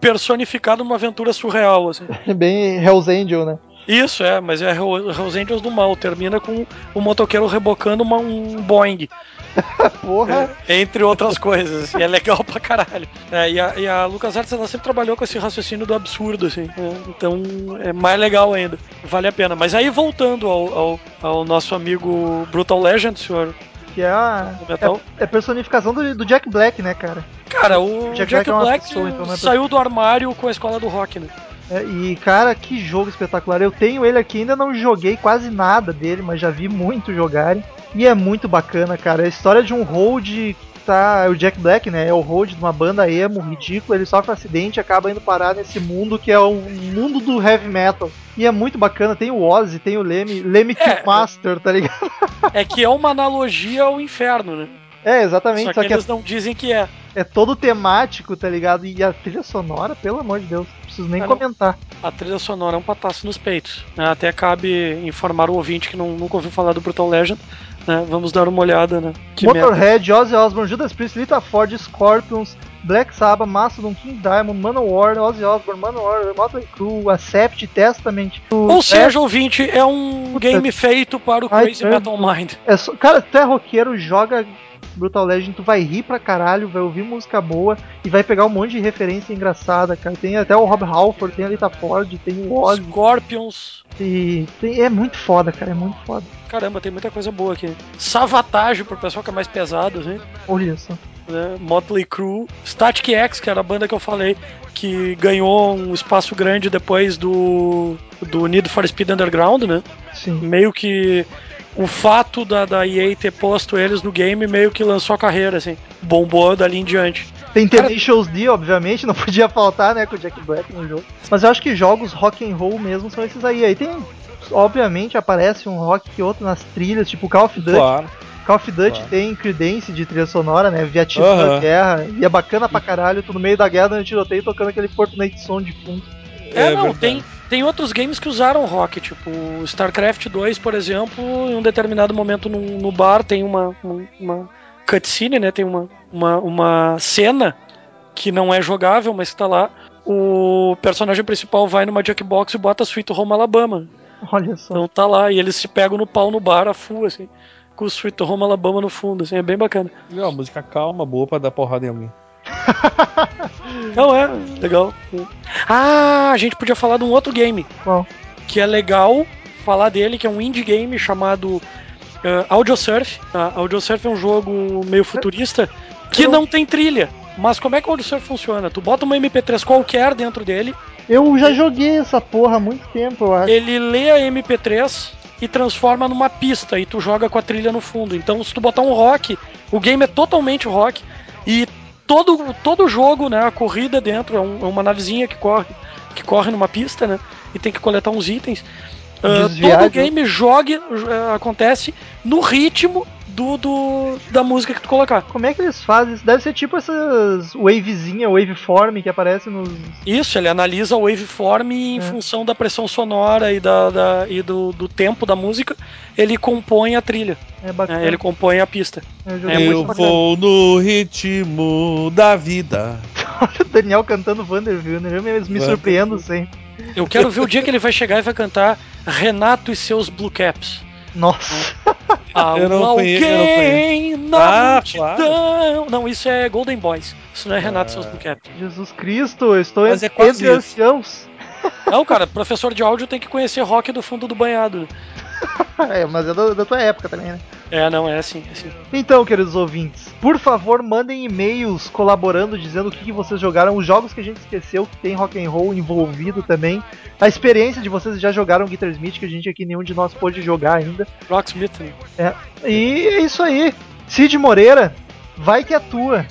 Speaker 3: personificado numa aventura surreal, assim.
Speaker 4: Bem Hells Angel, né?
Speaker 3: Isso, é, mas é Hell- Hells Angels do mal. Termina com o motoqueiro rebocando uma- um Boeing. né?
Speaker 4: Porra.
Speaker 3: entre outras coisas. E é legal pra caralho. É, e a, e a LucasArts ela sempre trabalhou com esse raciocínio do absurdo, assim. né? Então é mais legal ainda. Vale a pena. Mas aí voltando ao, ao, ao nosso amigo Brutal Legend, senhor
Speaker 4: Que é a.
Speaker 3: Metal.
Speaker 4: É, é personificação do, do Jack Black, né, cara?
Speaker 3: Cara, o
Speaker 4: Jack
Speaker 3: Jack,
Speaker 4: Black é uma
Speaker 3: Black
Speaker 4: pessoa, então, né?
Speaker 3: saiu do armário com a escola do rock, né?
Speaker 4: É, e, cara, que jogo espetacular. Eu tenho ele aqui, ainda não joguei quase nada dele, mas já vi muito jogarem. E é muito bacana, cara. É a história de um hold que tá. é O Jack Black, né? É o hold de uma banda emo ridícula. Ele sofre um acidente e acaba indo parar nesse mundo que é o mundo do heavy metal. E é muito bacana. Tem o Ozzy, tem o Leme, Leme
Speaker 3: É.
Speaker 4: Killmaster, tá ligado?
Speaker 3: É que é uma analogia ao inferno, né?
Speaker 4: É, exatamente.
Speaker 3: Só que,
Speaker 4: Só que é
Speaker 3: eles não dizem que é.
Speaker 4: É todo temático, tá ligado? E a trilha sonora, pelo amor de Deus, não preciso nem
Speaker 3: Ah, não.
Speaker 4: comentar.
Speaker 3: A trilha sonora é um pataço nos peitos. né? Até cabe informar o ouvinte que não, nunca ouviu falar do Brutal Legend. né? Vamos dar uma olhada, né? Que merda.
Speaker 4: Motorhead, Ozzy Osbourne, Judas Priest, Lita Ford, Scorpions, Black Sabbath, Mastodon, King Diamond, Manowar, Ozzy Osbourne, Manowar, Motley Crue, Accept, tipo, Testament. O-
Speaker 3: Ou seja, ouvinte, é um game feito para o
Speaker 4: Ai,
Speaker 3: Crazy
Speaker 4: credo.
Speaker 3: Metal Mind.
Speaker 4: é, é só- cara, até roqueiro joga Brutal Legend, tu vai rir pra caralho, vai ouvir música boa e vai pegar um monte de referência engraçada, cara. Tem até o Rob Halford, tem a Lita Ford, tem o Ozzy,
Speaker 3: Scorpions.
Speaker 4: e tem- é muito foda, cara, é muito foda.
Speaker 3: Caramba, tem muita coisa boa aqui. Savatage, pro pessoal que é mais pesado, assim,
Speaker 4: Olha só.
Speaker 3: né? Motley Crue. Static X, que era a banda que eu falei, que ganhou um espaço grande depois do, do Need for Speed Underground, né?
Speaker 4: Sim.
Speaker 3: Meio que o fato da, da EA ter posto eles no game meio que lançou a carreira, assim. Bombou dali em diante.
Speaker 4: Tem Tenacious D, obviamente, não podia faltar, né, com o Jack Black no jogo. Mas eu acho que jogos rock and roll mesmo são esses aí. Aí tem, obviamente, aparece um rock que outro nas trilhas, tipo Call of Duty.
Speaker 5: Claro.
Speaker 4: Call of Duty
Speaker 5: Claro.
Speaker 4: tem Credence de trilha sonora, né, Vietnã da
Speaker 5: Aham.
Speaker 4: guerra. E é bacana pra caralho, tu no meio da guerra, dando tiroteio, tocando aquele Fortnite som de fundo.
Speaker 3: É,
Speaker 5: É
Speaker 3: não,
Speaker 5: verdade.
Speaker 3: tem, tem outros games que usaram rock, tipo o StarCraft 2, por exemplo, em um determinado momento no, no bar tem uma, um- uma cutscene, né? Tem uma, uma, uma cena que não é jogável, mas que tá lá. O personagem principal vai numa Jackbox e bota Sweet Home Alabama.
Speaker 4: Olha só.
Speaker 3: Então tá lá, e eles se pegam no pau no bar a full, assim, com o Sweet Home Alabama no fundo, assim, é bem bacana.
Speaker 5: É uma música calma, boa pra dar porrada em alguém.
Speaker 3: Não é, legal. Ah, a gente podia falar de um outro game.
Speaker 4: Qual?
Speaker 3: Que é legal falar dele, que é um indie game chamado eh, Audio Surf. Tá? Audio Surf é um jogo meio futurista que não tem trilha. Mas como é que o Audio Surf funciona? Tu bota uma MP3 qualquer dentro dele,
Speaker 4: Eu já joguei essa porra há muito tempo, eu acho.
Speaker 3: ele lê a MP3 e transforma numa pista e tu joga com a trilha no fundo. Então, se tu botar um rock, o game é totalmente rock e todo todo jogo, né, a corrida dentro é, um- é uma navezinha que corre que corre numa pista, né, e tem que coletar uns itens. Ah,
Speaker 4: Desviar
Speaker 3: todo
Speaker 4: de um-
Speaker 3: game jogue eh, acontece no ritmo do, do da música que tu colocar.
Speaker 4: Como é que eles fazem isso? Deve ser tipo essas wavezinha, waveform que aparece nos.
Speaker 3: Isso, ele analisa a waveform e em
Speaker 4: É.
Speaker 3: função da pressão sonora e, da, da- e do, do tempo da música, ele compõe a trilha.
Speaker 4: É bacana.
Speaker 3: É, ele compõe a pista.
Speaker 4: Eu
Speaker 3: É
Speaker 4: joguei
Speaker 5: Eu
Speaker 4: muito bacana.
Speaker 5: vou no ritmo da vida.
Speaker 4: Olha o Daniel cantando Vander Wilner, eu mesmo me
Speaker 5: Vander
Speaker 4: surpreendo sempre.
Speaker 3: Eu quero ver o dia que ele vai chegar e vai cantar Renato e seus Blue Caps.
Speaker 4: Nossa,
Speaker 3: Há
Speaker 5: Eu não conheço, eu não
Speaker 3: alguém na
Speaker 5: Ah,
Speaker 3: multidão. Não, isso é Golden Boys. Isso não é Renato e seus
Speaker 5: Ah.
Speaker 3: Blue Caps.
Speaker 4: Jesus Cristo, eu estou
Speaker 5: Mas é
Speaker 4: entre
Speaker 5: quase isso.
Speaker 4: anciãos.
Speaker 5: Ah.
Speaker 3: Não, cara, professor de áudio tem que conhecer rock do fundo do banhado.
Speaker 4: é, mas é da, da tua época também, né?
Speaker 3: É, não, é assim, é assim.
Speaker 4: Então, queridos ouvintes, por favor, mandem e-mails colaborando, dizendo o que, que vocês jogaram, os jogos que a gente esqueceu, que tem rock and roll envolvido também. A experiência de vocês já jogaram Guitar Smith, que a gente aqui nenhum de nós pôde jogar ainda.
Speaker 3: Rocksmith, né?
Speaker 4: E é isso aí. Cid Moreira, vai que é tua.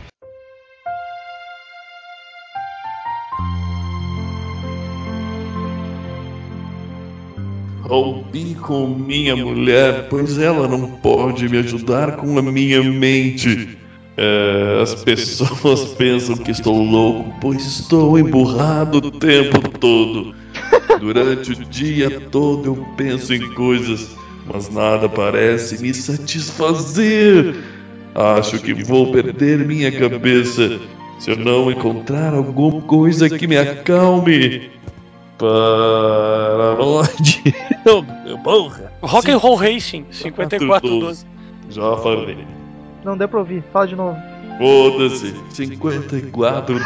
Speaker 5: Rompi com minha mulher, pois ela não pode me ajudar com a minha mente. É, as pessoas pensam que estou louco, pois estou emburrado o tempo todo. Durante o dia todo eu penso em coisas, mas nada parece me satisfazer. Acho que vou perder minha cabeça se eu não encontrar alguma coisa que me acalme. Para onde eu eu- porra?
Speaker 3: Rock and Roll Racing, 5412.
Speaker 5: Já falei.
Speaker 4: Não deu pra ouvir, fala de novo.
Speaker 5: Foda-se, 54 12.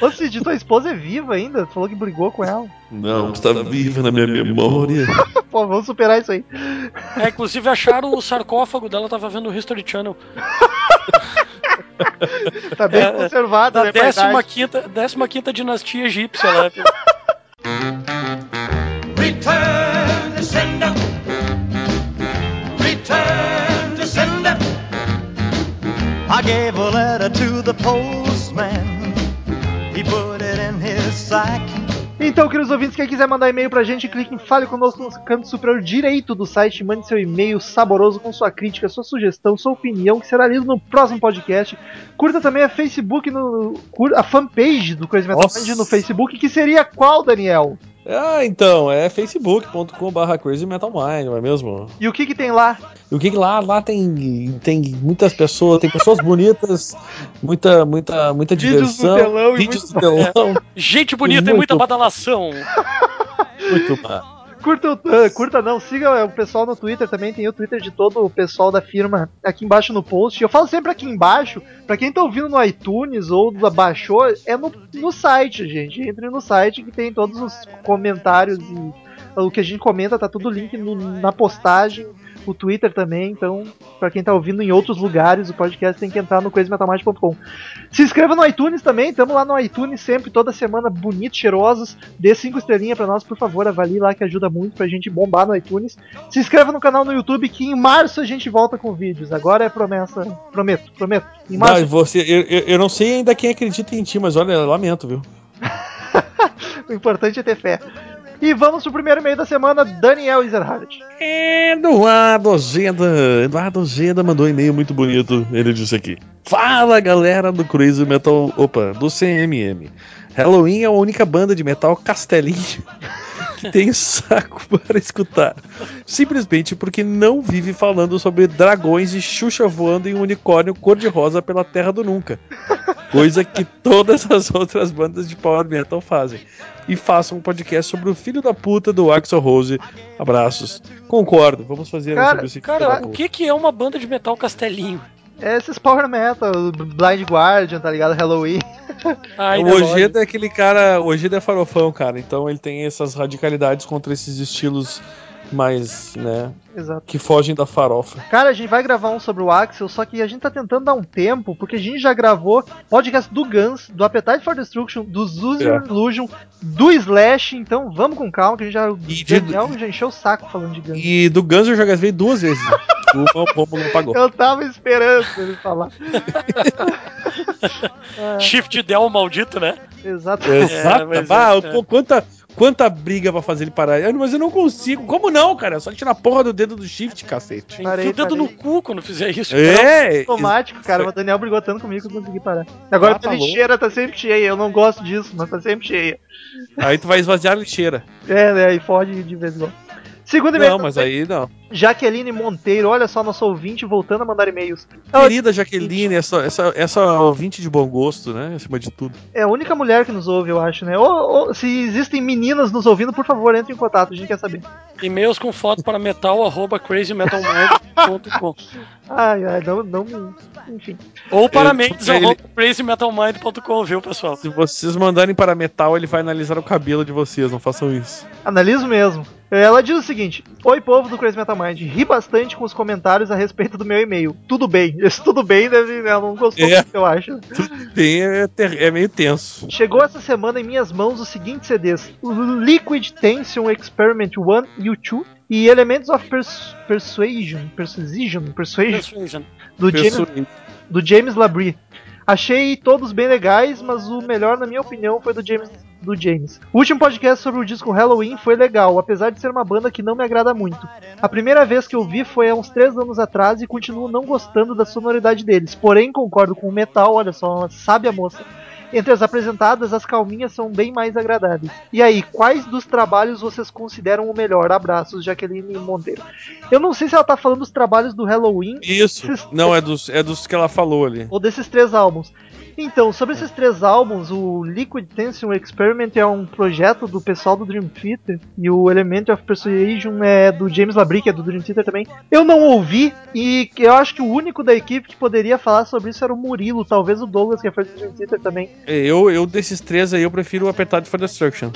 Speaker 4: Ô Cid, tua esposa é viva ainda? Tu falou que brigou com ela.
Speaker 5: Não, está viva na minha memória.
Speaker 4: Pô, vamos superar isso aí.
Speaker 3: É, inclusive acharam o sarcófago dela, tava vendo o History Channel.
Speaker 4: Tá bem
Speaker 3: É,
Speaker 4: conservada,
Speaker 3: Da
Speaker 4: né? pra idade.
Speaker 3: 15ª, 15ª dinastia egípcia, né?
Speaker 6: Return to sender. Return to sender. I gave a letter to the postman. He put it in his sack.
Speaker 4: Então, queridos ouvintes, quem quiser mandar e-mail pra gente, clique em Fale Conosco no canto superior direito do site. Mande seu e-mail saboroso com sua crítica, sua sugestão, sua opinião, que será lido no próximo podcast. Curta também a Facebook, no, cur- a fanpage do Crazy Metal
Speaker 5: Nossa.
Speaker 4: Mind no Facebook, que seria qual, Daniel?
Speaker 5: Ah, então, é facebook.com.br Crazy Metal Mind, não é mesmo?
Speaker 4: E o que que tem lá?
Speaker 5: E o que que lá, lá tem, tem muitas pessoas, tem pessoas bonitas, muita, muita, muita
Speaker 4: Vídeos do
Speaker 5: diversão,
Speaker 4: telão e
Speaker 5: vídeos do telão,
Speaker 3: Gente bonita e
Speaker 5: Muito.
Speaker 3: muita badalação.
Speaker 5: muito má.
Speaker 4: Curta, o- ah, curta não, siga o pessoal no Twitter também, tem o Twitter de todo o pessoal da firma aqui embaixo no post. Eu falo sempre aqui embaixo, pra quem tá ouvindo no iTunes ou baixou, é no, no site, gente. Entre no site que tem todos os comentários e o que a gente comenta, tá tudo link no- na postagem, o Twitter também, então pra quem tá ouvindo em outros lugares, o podcast tem que entrar no crazymetalmind.com. Se inscreva no iTunes também, tamo lá no iTunes sempre, toda semana, bonito, cheirosos. Dê cinco estrelinhas pra nós, por favor, avalie lá que ajuda muito pra gente bombar no iTunes. Se inscreva no canal no YouTube que em março a gente volta com vídeos. Agora é promessa. Prometo, prometo. Em
Speaker 5: Não, e
Speaker 4: março,
Speaker 5: você, eu, eu, eu não sei ainda quem acredita em ti, mas olha, eu lamento, viu?
Speaker 4: o importante é ter fé. E vamos pro primeiro e-mail da semana, Daniel Ezerhardt.
Speaker 5: Eduardo Ojeda, Eduardo Ojeda mandou um e-mail muito bonito. Ele disse aqui: Fala galera do Crazy Metal, opa, do CMM. Halloween é a única banda de metal castelinho que tem saco para escutar. Simplesmente porque não vive falando sobre dragões e Xuxa voando em um unicórnio cor-de-rosa pela terra do nunca. Coisa que todas as outras bandas de power metal fazem. E faça um podcast sobre o filho da puta do Axel Rose. Abraços. Concordo, vamos fazer
Speaker 4: Cara,
Speaker 5: sobre esse filho da
Speaker 4: cara,
Speaker 3: O
Speaker 5: puta.
Speaker 3: que que é uma banda de metal castelinho?
Speaker 4: É esses Power Metal, Blind Guardian, tá ligado? Halloween.
Speaker 3: Ai,
Speaker 5: O
Speaker 3: né, lógico.
Speaker 5: Ojeda é aquele cara. O Ojeda é farofão, cara. Então ele tem essas radicalidades contra esses estilos mais, né?
Speaker 4: Exato.
Speaker 5: Que fogem da farofa.
Speaker 4: Cara, a gente vai gravar um sobre o Axel, só que a gente tá tentando dar um tempo, porque a gente já gravou podcast do Guns, do Appetite for Destruction, do
Speaker 5: É.
Speaker 4: Zuzer Illusion, do Slash, então vamos com calma, que a gente já.
Speaker 5: E
Speaker 4: O
Speaker 5: de-
Speaker 4: Daniel já encheu o saco falando de Guns.
Speaker 5: E do Guns eu já gravei duas vezes. Uma o Romulo não
Speaker 3: É,
Speaker 5: pagou.
Speaker 4: Eu tava esperando ele falar. É,
Speaker 3: Shift Del maldito, né?
Speaker 4: Exato.
Speaker 5: Exato.
Speaker 3: mas
Speaker 5: bah,
Speaker 3: é,
Speaker 5: pô, quanta, quanta briga pra fazer ele parar. Eu- Mas eu não consigo. Como não, cara? É só tirar a porra do dedo do shift, cacete.
Speaker 3: Enfia
Speaker 4: Parei,
Speaker 3: o dedo
Speaker 4: parei.
Speaker 3: no cu quando fizer isso. cara.
Speaker 5: É,
Speaker 4: Automático, cara, mas o Daniel brigou tanto comigo que eu não consegui parar. Agora
Speaker 5: Ah,
Speaker 4: a
Speaker 5: tá
Speaker 4: lixeira tá sempre cheia, eu não gosto disso, mas tá sempre cheia.
Speaker 5: aí tu vai esvaziar a lixeira.
Speaker 4: É, né? E fode de vez em quando. Segundo e-mail.
Speaker 5: Não, mas aí não.
Speaker 4: Jaqueline Monteiro, olha só, nosso ouvinte voltando a mandar e-mails. Ela
Speaker 5: Querida Jaqueline, essa, essa, essa ouvinte de bom gosto, né? Acima de tudo.
Speaker 4: é a única mulher que nos ouve, eu acho, né? Ou, ou- se existem meninas nos ouvindo, por favor, entre em contato, a gente quer saber.
Speaker 3: Então, E-mails com foto para metal, arroba crazymetalmind.com.
Speaker 4: Ai, ai, não, não. Enfim.
Speaker 3: Ou para
Speaker 5: Eu-
Speaker 3: Mendes,
Speaker 5: ele-
Speaker 3: arroba crazymetalmind.com, viu, pessoal?
Speaker 5: Se vocês mandarem para metal, ele vai analisar o cabelo de vocês, não façam isso.
Speaker 4: Analiso mesmo. Ela diz o seguinte: Oi, povo do Crazy Metal Mind, ri bastante com os comentários a respeito do meu e-mail. Tudo bem. Esse tudo bem deve. Ela não gostou,
Speaker 5: É.
Speaker 4: eu acho. né?"
Speaker 5: Bem, é, ter- é meio tenso.
Speaker 4: Chegou essa semana em minhas mãos os seguintes CDs: Liquid Tension Experiment 1 e o 2 e Elements of Pers- Persuasion, Persuasion, Persuasion,
Speaker 3: Persuasion.
Speaker 4: do James,
Speaker 5: Pessoa-
Speaker 4: do James Labrie. Achei todos bem legais, mas o melhor, na minha opinião, foi do James. Do James. O último podcast sobre o disco Halloween foi legal, apesar de ser uma banda que não me agrada muito. A primeira vez que eu vi foi há uns 3 anos atrás e continuo não gostando da sonoridade deles, porém concordo com o metal, olha só, ela sabe a moça. Entre as apresentadas, as calminhas são bem mais agradáveis. E aí, quais dos trabalhos vocês consideram o melhor? Abraços, Jaqueline Monteiro. Eu não sei se ela tá falando dos trabalhos do Halloween
Speaker 5: Isso. Não, é dos, é dos que ela falou ali.
Speaker 4: ou desses três álbuns. Então, sobre esses três álbuns, o Liquid Tension Experiment é um projeto do pessoal do Dream Theater e o Element of Persuasion é do James Labrie, que é do Dream Theater também. Eu não ouvi e eu acho que o único da equipe que poderia falar sobre isso era o Murilo, talvez o Douglas, que é fã do Dream Theater também.
Speaker 5: É, Eu, eu desses três aí, eu prefiro o Apertado for Destruction.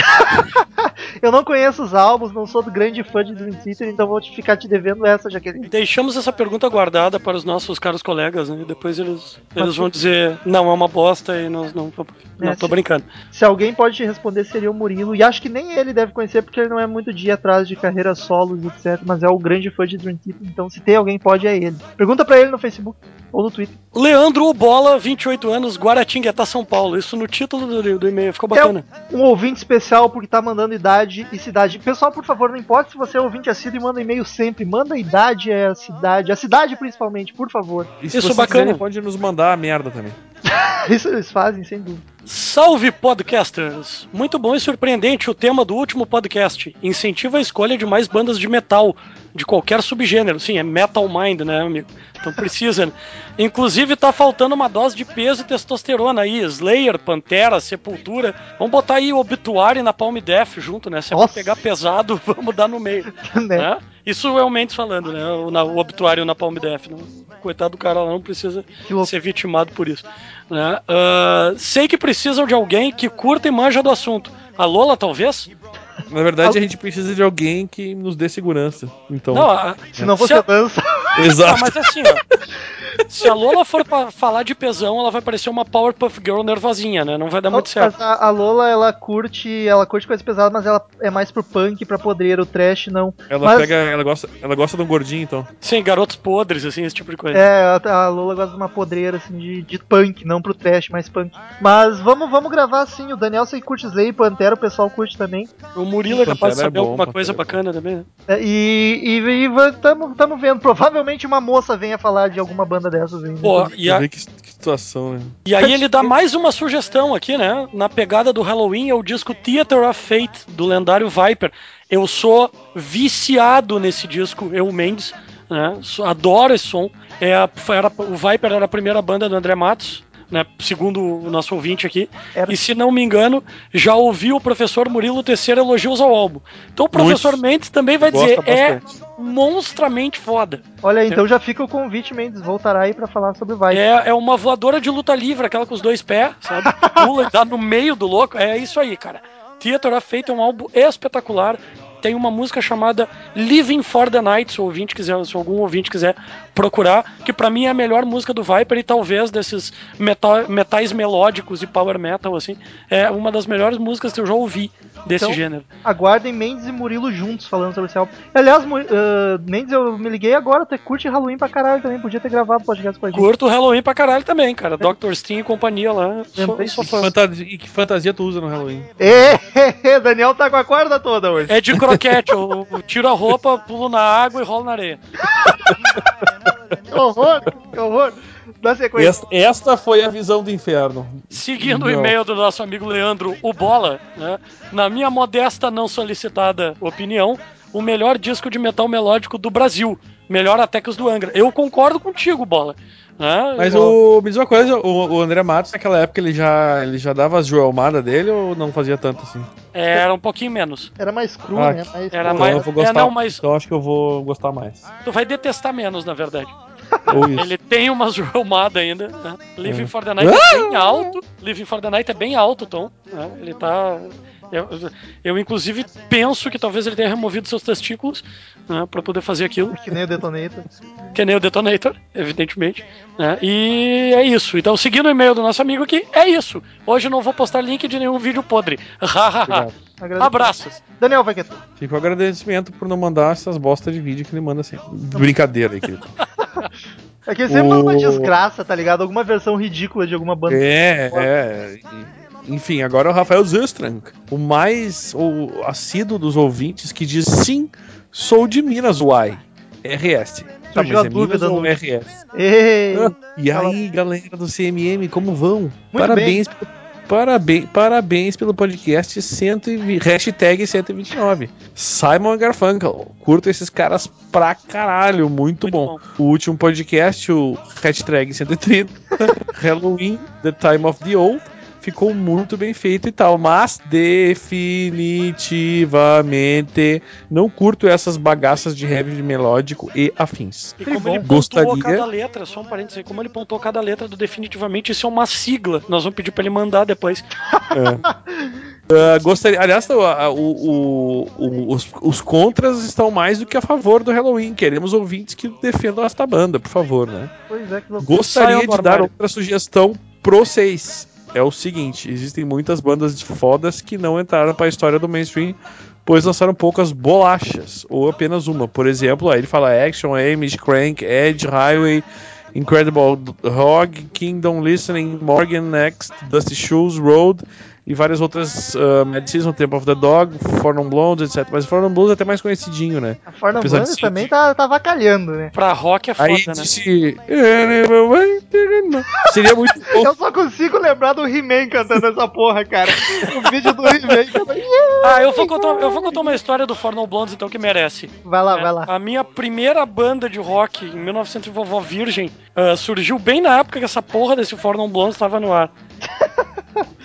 Speaker 4: Eu não conheço os álbuns, não sou grande fã de Dream Theater, então vou te ficar te devendo essa, Jaqueline.
Speaker 3: Deixamos essa pergunta guardada para os nossos caros colegas, né? E depois eles, eles vão dizer, não, é uma bosta e nós não. Não, tô brincando.
Speaker 4: Se alguém pode te responder, seria o Murilo. E acho que nem ele deve conhecer, porque ele não é muito dia atrás de carreira solos, etc. Mas é o grande fã de Dream Theater, então se tem alguém, pode é ele. Pergunta pra ele no Facebook ou no Twitter.
Speaker 3: Leandro Ubola, 28 anos, Guaratinguetá, São Paulo. Isso no título do, do e-mail, ficou bacana.
Speaker 4: Um ouvinte especial, porque tá mandando idade e cidade. Pessoal, por favor, não importa se você é ouvinte assíduo e manda e-mail sempre. Manda a idade, é a cidade. A cidade, principalmente, por favor.
Speaker 5: E
Speaker 3: Isso
Speaker 5: vocês
Speaker 3: bacana.
Speaker 5: quiserem, pode nos mandar a merda também.
Speaker 4: Isso eles fazem, sem dúvida.
Speaker 3: Salve podcasters! Muito bom e surpreendente o tema do último podcast. Incentiva a escolha de mais bandas de metal, de qualquer subgênero. Sim, é Metal Mind, né, amigo? Então precisa, né? Inclusive tá faltando uma dose de peso e testosterona aí. Slayer, Pantera, Sepultura. Vamos botar aí Obituary na Palm Death junto, né? Se é pra
Speaker 4: Nossa.
Speaker 3: pegar pesado, vamos dar no meio.
Speaker 4: né?
Speaker 3: né? Isso é o Mendes falando, né? O, na, o obituário na Palm Def. Né? Coitado do cara lá, não precisa
Speaker 4: Que louco.
Speaker 3: ser é vitimado por isso. Né? Ah, sei que precisam de alguém que curta e manja do assunto. A Lola, talvez?
Speaker 5: Então. Na verdade, a gente precisa de alguém que nos dê segurança. Então,
Speaker 3: Não, a-
Speaker 4: Se não
Speaker 3: se
Speaker 4: você
Speaker 3: a-
Speaker 4: dança.
Speaker 3: Ah,
Speaker 5: exato.
Speaker 3: mas assim, ó. Se a Lola for pra falar de pesão, ela vai parecer uma Powerpuff Girl nervosinha, né? Não vai dar muito certo.
Speaker 4: Mas a, a Lola, ela curte, ela curte coisa pesada, mas ela é mais pro punk, pra podreiro, trash, não.
Speaker 5: Ela
Speaker 4: mas-
Speaker 5: pega, ela gosta, ela gosta de um gordinho, então.
Speaker 3: Sem garotos podres, assim, esse tipo de coisa.
Speaker 4: É, a- a Lola gosta de uma podreira, assim, de, de punk, não pro trash, mas punk. Mas vamos, vamos gravar assim, o Daniel sei que curte Slay, Pantera, o pessoal curte também.
Speaker 3: O Murilo é capaz de
Speaker 5: Pantera é
Speaker 3: saber
Speaker 5: bom,
Speaker 3: alguma
Speaker 5: Pantera
Speaker 3: coisa
Speaker 5: é bom.
Speaker 3: bacana também, né?
Speaker 4: É, E, e, e va- tamo, tamo vendo, provavelmente uma moça venha falar de alguma banda dessas né? ainda.
Speaker 3: Pô, e a,
Speaker 5: Vê que, que situação, né?
Speaker 3: E aí ele dá mais uma sugestão aqui, né? Na pegada do Halloween é o disco Theater of Fate, do lendário Viper. Eu sou viciado nesse disco, eu Mendes, né? So- Adoro esse som. É a- era- o Viper era a primeira banda do André Matos, né? Segundo o nosso ouvinte aqui.
Speaker 4: Era.
Speaker 3: E se não me engano, já ouvi o professor Murilo Teixeira elogios ao álbum. Então o professor
Speaker 5: Muitos.
Speaker 3: Mendes também vai dizer,
Speaker 5: Gosta
Speaker 3: é
Speaker 5: bastante.
Speaker 3: monstramente foda.
Speaker 4: Olha, aí, então já fica o convite, Mendes, voltará aí pra falar sobre o Vai.
Speaker 3: É, é uma voadora de luta livre, aquela com os dois pés, sabe? Pula e dá no meio do louco. É isso aí, cara. Theater of Fate é um álbum espetacular. Tem uma música chamada Living for the Night, se, o ouvinte quiser, se algum ouvinte quiser procurar, que pra mim é a melhor música do Viper e talvez desses metal- metais melódicos e power metal, assim, é uma das melhores músicas que eu já ouvi desse
Speaker 4: Então,
Speaker 3: gênero.
Speaker 4: Aguardem Mendes e Murilo juntos falando sobre esse álbum. Aliás, Mu- ah, Mendes, eu me liguei agora, tu curte Halloween pra caralho também, podia ter gravado podcast com a gente.
Speaker 3: Curto o Halloween pra caralho também, cara. Dr. Sting e companhia lá. Sou,
Speaker 4: É. Lembrei
Speaker 3: sou
Speaker 5: E que
Speaker 3: fã.
Speaker 5: fantasia- e que fantasia tu usa no Halloween?
Speaker 4: Ê, Daniel tá com a corda toda hoje.
Speaker 3: É de croquete, eu, eu tiro a roupa, pulo na água e rolo na areia.
Speaker 4: Que horror, que horror. Dá sequência.
Speaker 5: Esta, esta foi a visão do inferno.
Speaker 3: Seguindo o
Speaker 5: Não.
Speaker 3: e-mail do nosso amigo Leandro, o Bola, né? na minha modesta, não solicitada opinião, o melhor disco de metal melódico do Brasil. Melhor até que os do Angra. Eu concordo contigo, bola. Né?
Speaker 5: Mas
Speaker 3: Eu-
Speaker 5: o, me diz uma coisa, o, o André Matos naquela época ele já, ele já dava as joelmadas dele ou não fazia tanto assim?
Speaker 3: Era um pouquinho menos.
Speaker 4: Era mais cru,
Speaker 5: Ah,
Speaker 4: né? Mais
Speaker 3: era
Speaker 4: cru.
Speaker 5: Então
Speaker 3: mais-
Speaker 5: eu vou gostar,
Speaker 3: é, não, mas-
Speaker 5: então acho que eu vou gostar mais.
Speaker 3: Tu vai detestar menos, na verdade.
Speaker 5: Ou isso.
Speaker 3: Ele tem uma joelmada ainda. Né? Living
Speaker 5: É.
Speaker 3: for the Night é bem alto. Living for the Night é bem alto, Tom. né? Ele tá. Eu, eu, inclusive, penso que talvez ele tenha removido seus testículos né, para poder fazer aquilo.
Speaker 4: Que nem o Detonator.
Speaker 3: que nem o Detonator, evidentemente. né? E é isso. Então, seguindo o e-mail do nosso amigo aqui, é isso. Hoje eu não vou postar link de nenhum vídeo podre. Ha, ha,
Speaker 5: Obrigado.
Speaker 3: ha.
Speaker 4: Agradeço.
Speaker 3: Abraços.
Speaker 4: Daniel é Vaquetto.
Speaker 5: Fica o agradecimento por não mandar essas bostas de vídeo que ele manda sempre. Brincadeira aí, querido.
Speaker 4: É que ele sempre manda uma
Speaker 5: O-
Speaker 4: desgraça, tá ligado? Alguma versão ridícula de alguma banda.
Speaker 5: É, é. e- Enfim, agora é o Rafael Zustrank, o mais o assíduo dos ouvintes que diz sim, sou de Minas, uai. RS. Tá, mas
Speaker 4: Surgiu a
Speaker 5: é Minas
Speaker 4: dúvida
Speaker 5: ou
Speaker 4: no-
Speaker 5: RS?
Speaker 4: Ei,
Speaker 5: Ah, E aí, galera do CMM, como vão?
Speaker 4: Muito
Speaker 5: parabéns, pelo- parabéns, parabéns pelo podcast 120, hashtag 129. Simon Garfunkel, curto esses caras pra caralho, muito,
Speaker 3: Muito
Speaker 5: bom.
Speaker 3: bom.
Speaker 5: O último podcast, o hashtag 130, Halloween, The Time of the Old, ficou muito bem feito e tal, mas definitivamente não curto essas bagaças de heavy melódico e afins.
Speaker 3: E como ele pontuou
Speaker 5: Gostaria-
Speaker 3: cada letra, só um parênteses, aí, como ele pontuou cada letra do definitivamente, isso é uma sigla. Nós vamos pedir pra ele mandar depois.
Speaker 5: Ah, gostaria, aliás, o- a- o- o- o- os, os contras estão mais do que a favor do Halloween. Queremos ouvintes que defendam esta banda, por favor, né?
Speaker 4: pois é que loucura.
Speaker 5: Gostaria
Speaker 3: Saiam do
Speaker 5: de dar
Speaker 3: armário.
Speaker 5: outra sugestão pro vocês. É o seguinte, existem muitas bandas fodas que não entraram pra história do mainstream, pois lançaram poucas bolachas, ou apenas uma. Por exemplo, aí ele fala Action, Amish, Crank, Edge, Highway, Incredible Hog, Kingdom Listening, Morgan Next, Dusty Shoes, Road e várias outras, uh, Mad Season, Temple of the Dog, Fornum Blondes, etc. Mas Fornum Blues é até mais conhecidinho, né?
Speaker 4: A Forna
Speaker 5: Apesar de
Speaker 4: Blanca
Speaker 5: ser-
Speaker 4: também tá, tá vacalhando, né?
Speaker 3: Pra rock é foda,
Speaker 5: Aí
Speaker 3: né?
Speaker 5: disse. Seria muito bom
Speaker 4: Eu só consigo lembrar do He-Man cantando essa porra, cara. O vídeo do He-Man cantando. Yeah!
Speaker 3: Ah, eu vou contar, eu vou contar uma história do Fornal Blondes, então, que merece.
Speaker 4: Vai lá,
Speaker 3: É,
Speaker 4: vai lá.
Speaker 3: A minha primeira banda de rock em 1900 e Vovó Virgem ah, surgiu bem na época que essa porra desse Fornum Blondes estava no ar.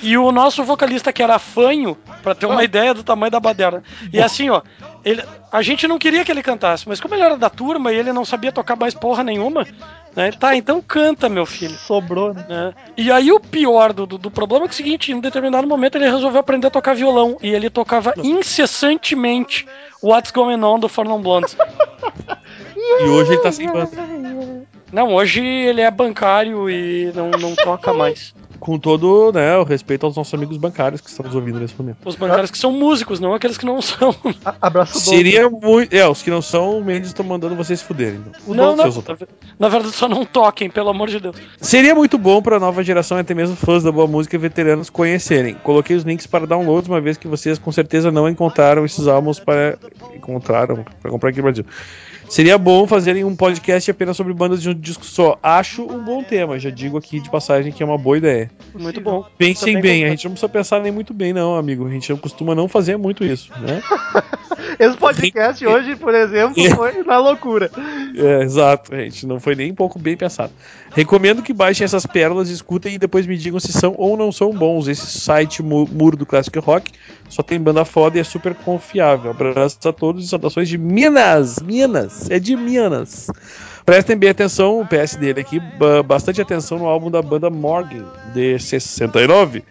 Speaker 3: E o nosso vocalista, que era fanho, pra ter
Speaker 4: Ah.
Speaker 3: uma ideia do tamanho da baderna. E assim, ó, ele, a gente não queria que ele cantasse, mas como ele era da turma e ele não sabia tocar mais porra nenhuma, né, ele, tá, então canta, meu filho.
Speaker 4: Sobrou, né?
Speaker 3: né? E aí o pior do, do, do problema é que é o seguinte, em um determinado momento ele resolveu aprender a tocar violão e ele tocava incessantemente What's Going On do Fornum Blondes.
Speaker 5: e hoje ele tá sem banda.
Speaker 3: Não, hoje ele é bancário e não, não toca mais.
Speaker 5: com todo né, o respeito aos nossos amigos bancários que estão nos ouvindo nesse momento.
Speaker 3: Os bancários que são músicos, não aqueles que não são.
Speaker 4: A- abraço do.
Speaker 5: Seria muito. É, os que não são, o Mendes estão mandando vocês se fuderem. então.
Speaker 3: Não, não.
Speaker 5: seus otários.
Speaker 3: Na verdade, só não toquem, pelo amor de Deus.
Speaker 5: Seria muito bom para a nova geração e até mesmo fãs da boa música e veteranos conhecerem. Coloquei os links para downloads, uma vez que vocês com certeza não encontraram esses álbuns para. Encontraram, para comprar aqui no Brasil. Seria bom fazerem um podcast apenas sobre bandas de um disco só. Acho um bom tema, já digo aqui de passagem que é uma boa ideia.
Speaker 3: Muito bom.
Speaker 5: Pensem
Speaker 3: Também
Speaker 5: bem, a
Speaker 3: concordo.
Speaker 5: gente não precisa pensar nem muito bem, não, amigo. A gente não costuma não fazer muito isso, né?
Speaker 4: Esse podcast hoje, por exemplo, foi na loucura.
Speaker 5: É, exato, gente. Não foi nem um pouco bem pensado. Recomendo que baixem essas pérolas, escutem e depois me digam se são ou não são bons. Esse site mu- Muro do Classic Rock só tem banda foda e é super confiável. Abraços a todos e saudações de Minas! Minas! É de Minas! Prestem bem atenção, o PS dele aqui, ba- bastante atenção no álbum da banda Morgan, de 69.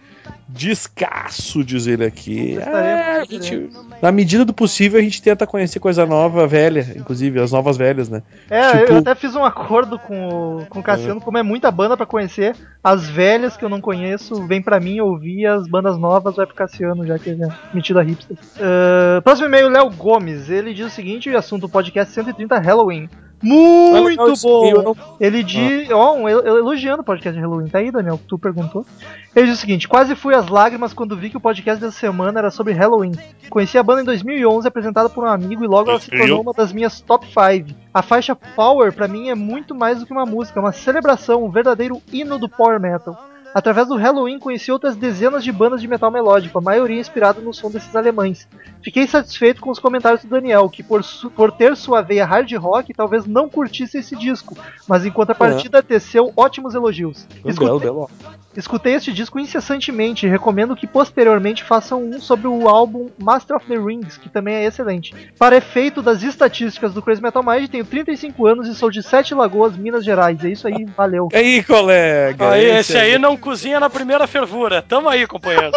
Speaker 5: Descasso, diz ele aqui.
Speaker 4: Estaremos
Speaker 5: É, a
Speaker 4: procurando.
Speaker 5: gente- na medida do possível, a gente tenta conhecer coisa nova, velha, inclusive, as novas velhas, né?
Speaker 4: É,
Speaker 5: Tipo-
Speaker 4: eu até fiz um acordo com, o- com o Cassiano, como é muita banda pra conhecer, as velhas que eu não conheço, vem pra mim ouvir, as bandas novas vai pro Cassiano, já que ele é metido a hipster. Ah, próximo e-mail, Léo Gomes. Ele diz o seguinte: o assunto do podcast 130 Halloween. Muito
Speaker 5: Eu um-
Speaker 4: bom!
Speaker 5: não-
Speaker 4: Ele diz. Ó, um el- eu elogiando o podcast de Halloween. Tá aí, Daniel, tu perguntou. Ele diz o seguinte: Quase fui às lágrimas quando vi que o podcast dessa semana era sobre Halloween. Conheci a banda em 2011, apresentada por um amigo, e logo ela se tornou uma das minhas top 5. A faixa Power, pra mim, é muito mais do que uma música, é uma celebração, um verdadeiro hino do power metal. Através do Halloween conheci outras dezenas de bandas de metal melódico, a maioria inspirada no som desses alemães. Fiquei satisfeito com os comentários do Daniel, que por, su- por ter sua veia hard rock, talvez não curtisse esse disco, mas em contrapartida teceu ótimos elogios.
Speaker 5: Um belo, belo.
Speaker 4: Escutei este disco incessantemente e recomendo que posteriormente façam um sobre o álbum Master of the Rings, que também é excelente. Para efeito das estatísticas do Crazy Metal Mind, tenho 35 anos e sou de Sete Lagoas, Minas Gerais. É isso aí, valeu.
Speaker 5: E aí, colega?
Speaker 3: Aí, esse aí não cozinha na primeira fervura. Tamo aí, companheiro.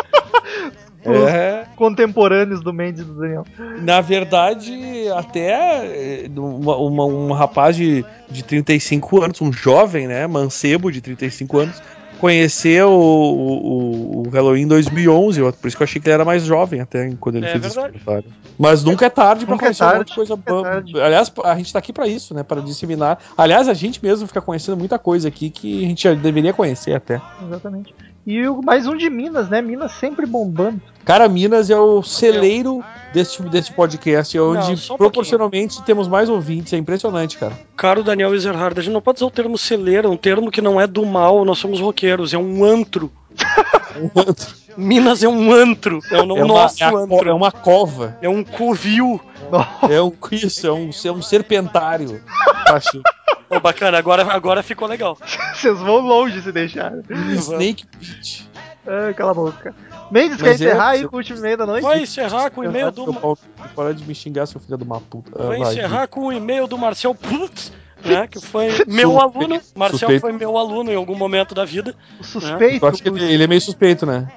Speaker 5: É.
Speaker 4: Contemporâneos do Mendes e do Daniel.
Speaker 5: Na verdade, até eh, uma, uma- um rapaz de, de 35 anos, um jovem, né, mancebo de 35 anos, conheceu o, o, o Halloween em 2011, eu- por isso que eu achei que ele era mais jovem até quando ele
Speaker 3: É
Speaker 5: fez
Speaker 3: verdade.
Speaker 5: esse comentário. Mas nunca é tarde pra
Speaker 4: Nunca é
Speaker 5: conhecer um monte
Speaker 4: tarde,
Speaker 5: de coisa
Speaker 4: é
Speaker 5: boa.
Speaker 4: tarde.
Speaker 5: Aliás, a gente tá aqui pra isso, né, para disseminar. Aliás, a gente mesmo fica conhecendo muita coisa aqui que a gente já deveria conhecer até.
Speaker 4: Exatamente. E o- mais um de Minas, né? Minas sempre bombando.
Speaker 5: Cara, Minas é o celeiro deste, deste podcast, é onde
Speaker 3: só um
Speaker 5: proporcionalmente temos mais ouvintes. É impressionante, cara.
Speaker 3: Caro Daniel Ezerhard, a gente não pode usar o termo celeiro, é um termo que não é do mal, nós somos roqueiros, é um antro. Minas é um antro, é o
Speaker 5: um É uma,
Speaker 3: nosso
Speaker 5: é a co-
Speaker 3: antro.
Speaker 5: é uma cova.
Speaker 3: É um covil.
Speaker 5: É um isso, é um, é um serpentário. tá, Acho.
Speaker 3: Ô, bacana, agora, agora ficou legal.
Speaker 4: Vocês vão longe se deixar.
Speaker 5: Um Snake Pit.
Speaker 4: Ah, cala a boca. Mendes, quer
Speaker 5: Mas é assim. eu-
Speaker 4: encerrar aí com o último e-mail da noite?
Speaker 3: Vai encerrar com o e-mail
Speaker 5: Seu
Speaker 3: do.
Speaker 5: Paulo, Para é de me xingar, seu filho de uma puta. Ah,
Speaker 3: Vai
Speaker 5: vai,
Speaker 3: encerrar com o e-mail do Marcel Putz, né? Que foi meu
Speaker 5: Suspeito.
Speaker 3: aluno. Marcel
Speaker 5: Suspeito.
Speaker 3: foi meu aluno em algum momento da vida.
Speaker 4: O
Speaker 5: gente.
Speaker 4: suspeito.
Speaker 5: Eu acho que ele, ele é meio suspeito, né?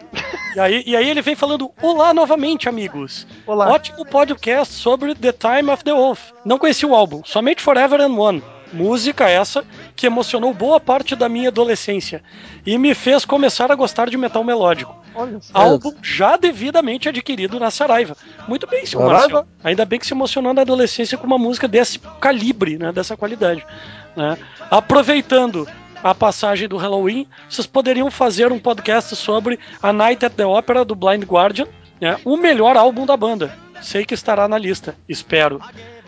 Speaker 3: E aí, e aí ele vem falando: Olá novamente, amigos.
Speaker 4: Olá.
Speaker 3: Ótimo podcast sobre The Time of the Wolf. Não conheci o álbum, somente Forever and One. Música essa que emocionou boa parte da minha adolescência e me fez começar a gostar de metal melódico.
Speaker 4: Olha só.
Speaker 3: Álbum já devidamente adquirido na Saraiva. Muito bem, seu
Speaker 5: Saraiva?
Speaker 3: Marcel. Ainda bem que se emocionou na adolescência com uma música desse calibre, né, dessa qualidade. né. Aproveitando a passagem do Halloween, vocês poderiam fazer um podcast sobre A Night at the Opera do Blind Guardian, né, o melhor álbum da banda. Sei que estará na lista, espero.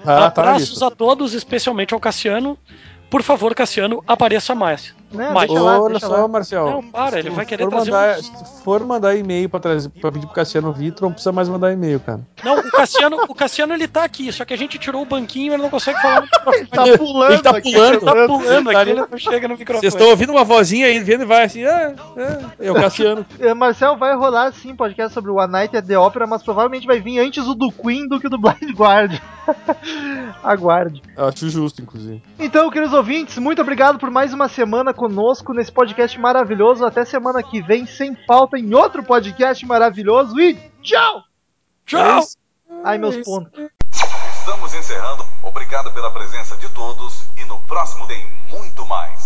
Speaker 5: Ah, tá na
Speaker 3: Abraços
Speaker 5: lista.
Speaker 3: a todos, especialmente ao Cassiano. Por favor, Cassiano, apareça mais.
Speaker 4: Né,
Speaker 3: Mas-
Speaker 4: deixa lá,
Speaker 5: Olha
Speaker 4: deixa
Speaker 5: só,
Speaker 4: lá.
Speaker 5: Marcel.
Speaker 3: Não, para, ele vai querer
Speaker 5: for
Speaker 3: trazer
Speaker 5: mandar,
Speaker 3: um-
Speaker 5: Se for mandar e-mail pra, trazer, pra pedir pro Cassiano Vitor, não precisa mais mandar e-mail, cara.
Speaker 3: Não, o Cassiano, o Cassiano ele tá aqui, só que a gente tirou o banquinho e ele não consegue falar no microfone.
Speaker 4: Tá pulando
Speaker 5: Ele tá
Speaker 4: aqui,
Speaker 5: pulando.
Speaker 3: Tá pulando
Speaker 5: Tá
Speaker 3: aqui,
Speaker 5: ali.
Speaker 3: ele não chega no microfone.
Speaker 5: Vocês estão ouvindo uma vozinha aí, vendo e vai assim, ah, ah, é o Cassiano.
Speaker 4: Eh, Marcel, vai rolar sim podcast sobre o A Night at the Opera, mas provavelmente vai vir antes o do Queen do que o do Blind Guardian. Aguarde.
Speaker 5: Acho justo, inclusive.
Speaker 4: Então, queridos ouvintes, muito obrigado por mais uma semana conosco nesse podcast maravilhoso. Até semana que vem, sem falta, em outro podcast maravilhoso. E tchau!
Speaker 3: Tchau!
Speaker 4: Ai, meus pontos.
Speaker 1: Estamos encerrando. Obrigado pela presença de todos e no próximo tem muito mais.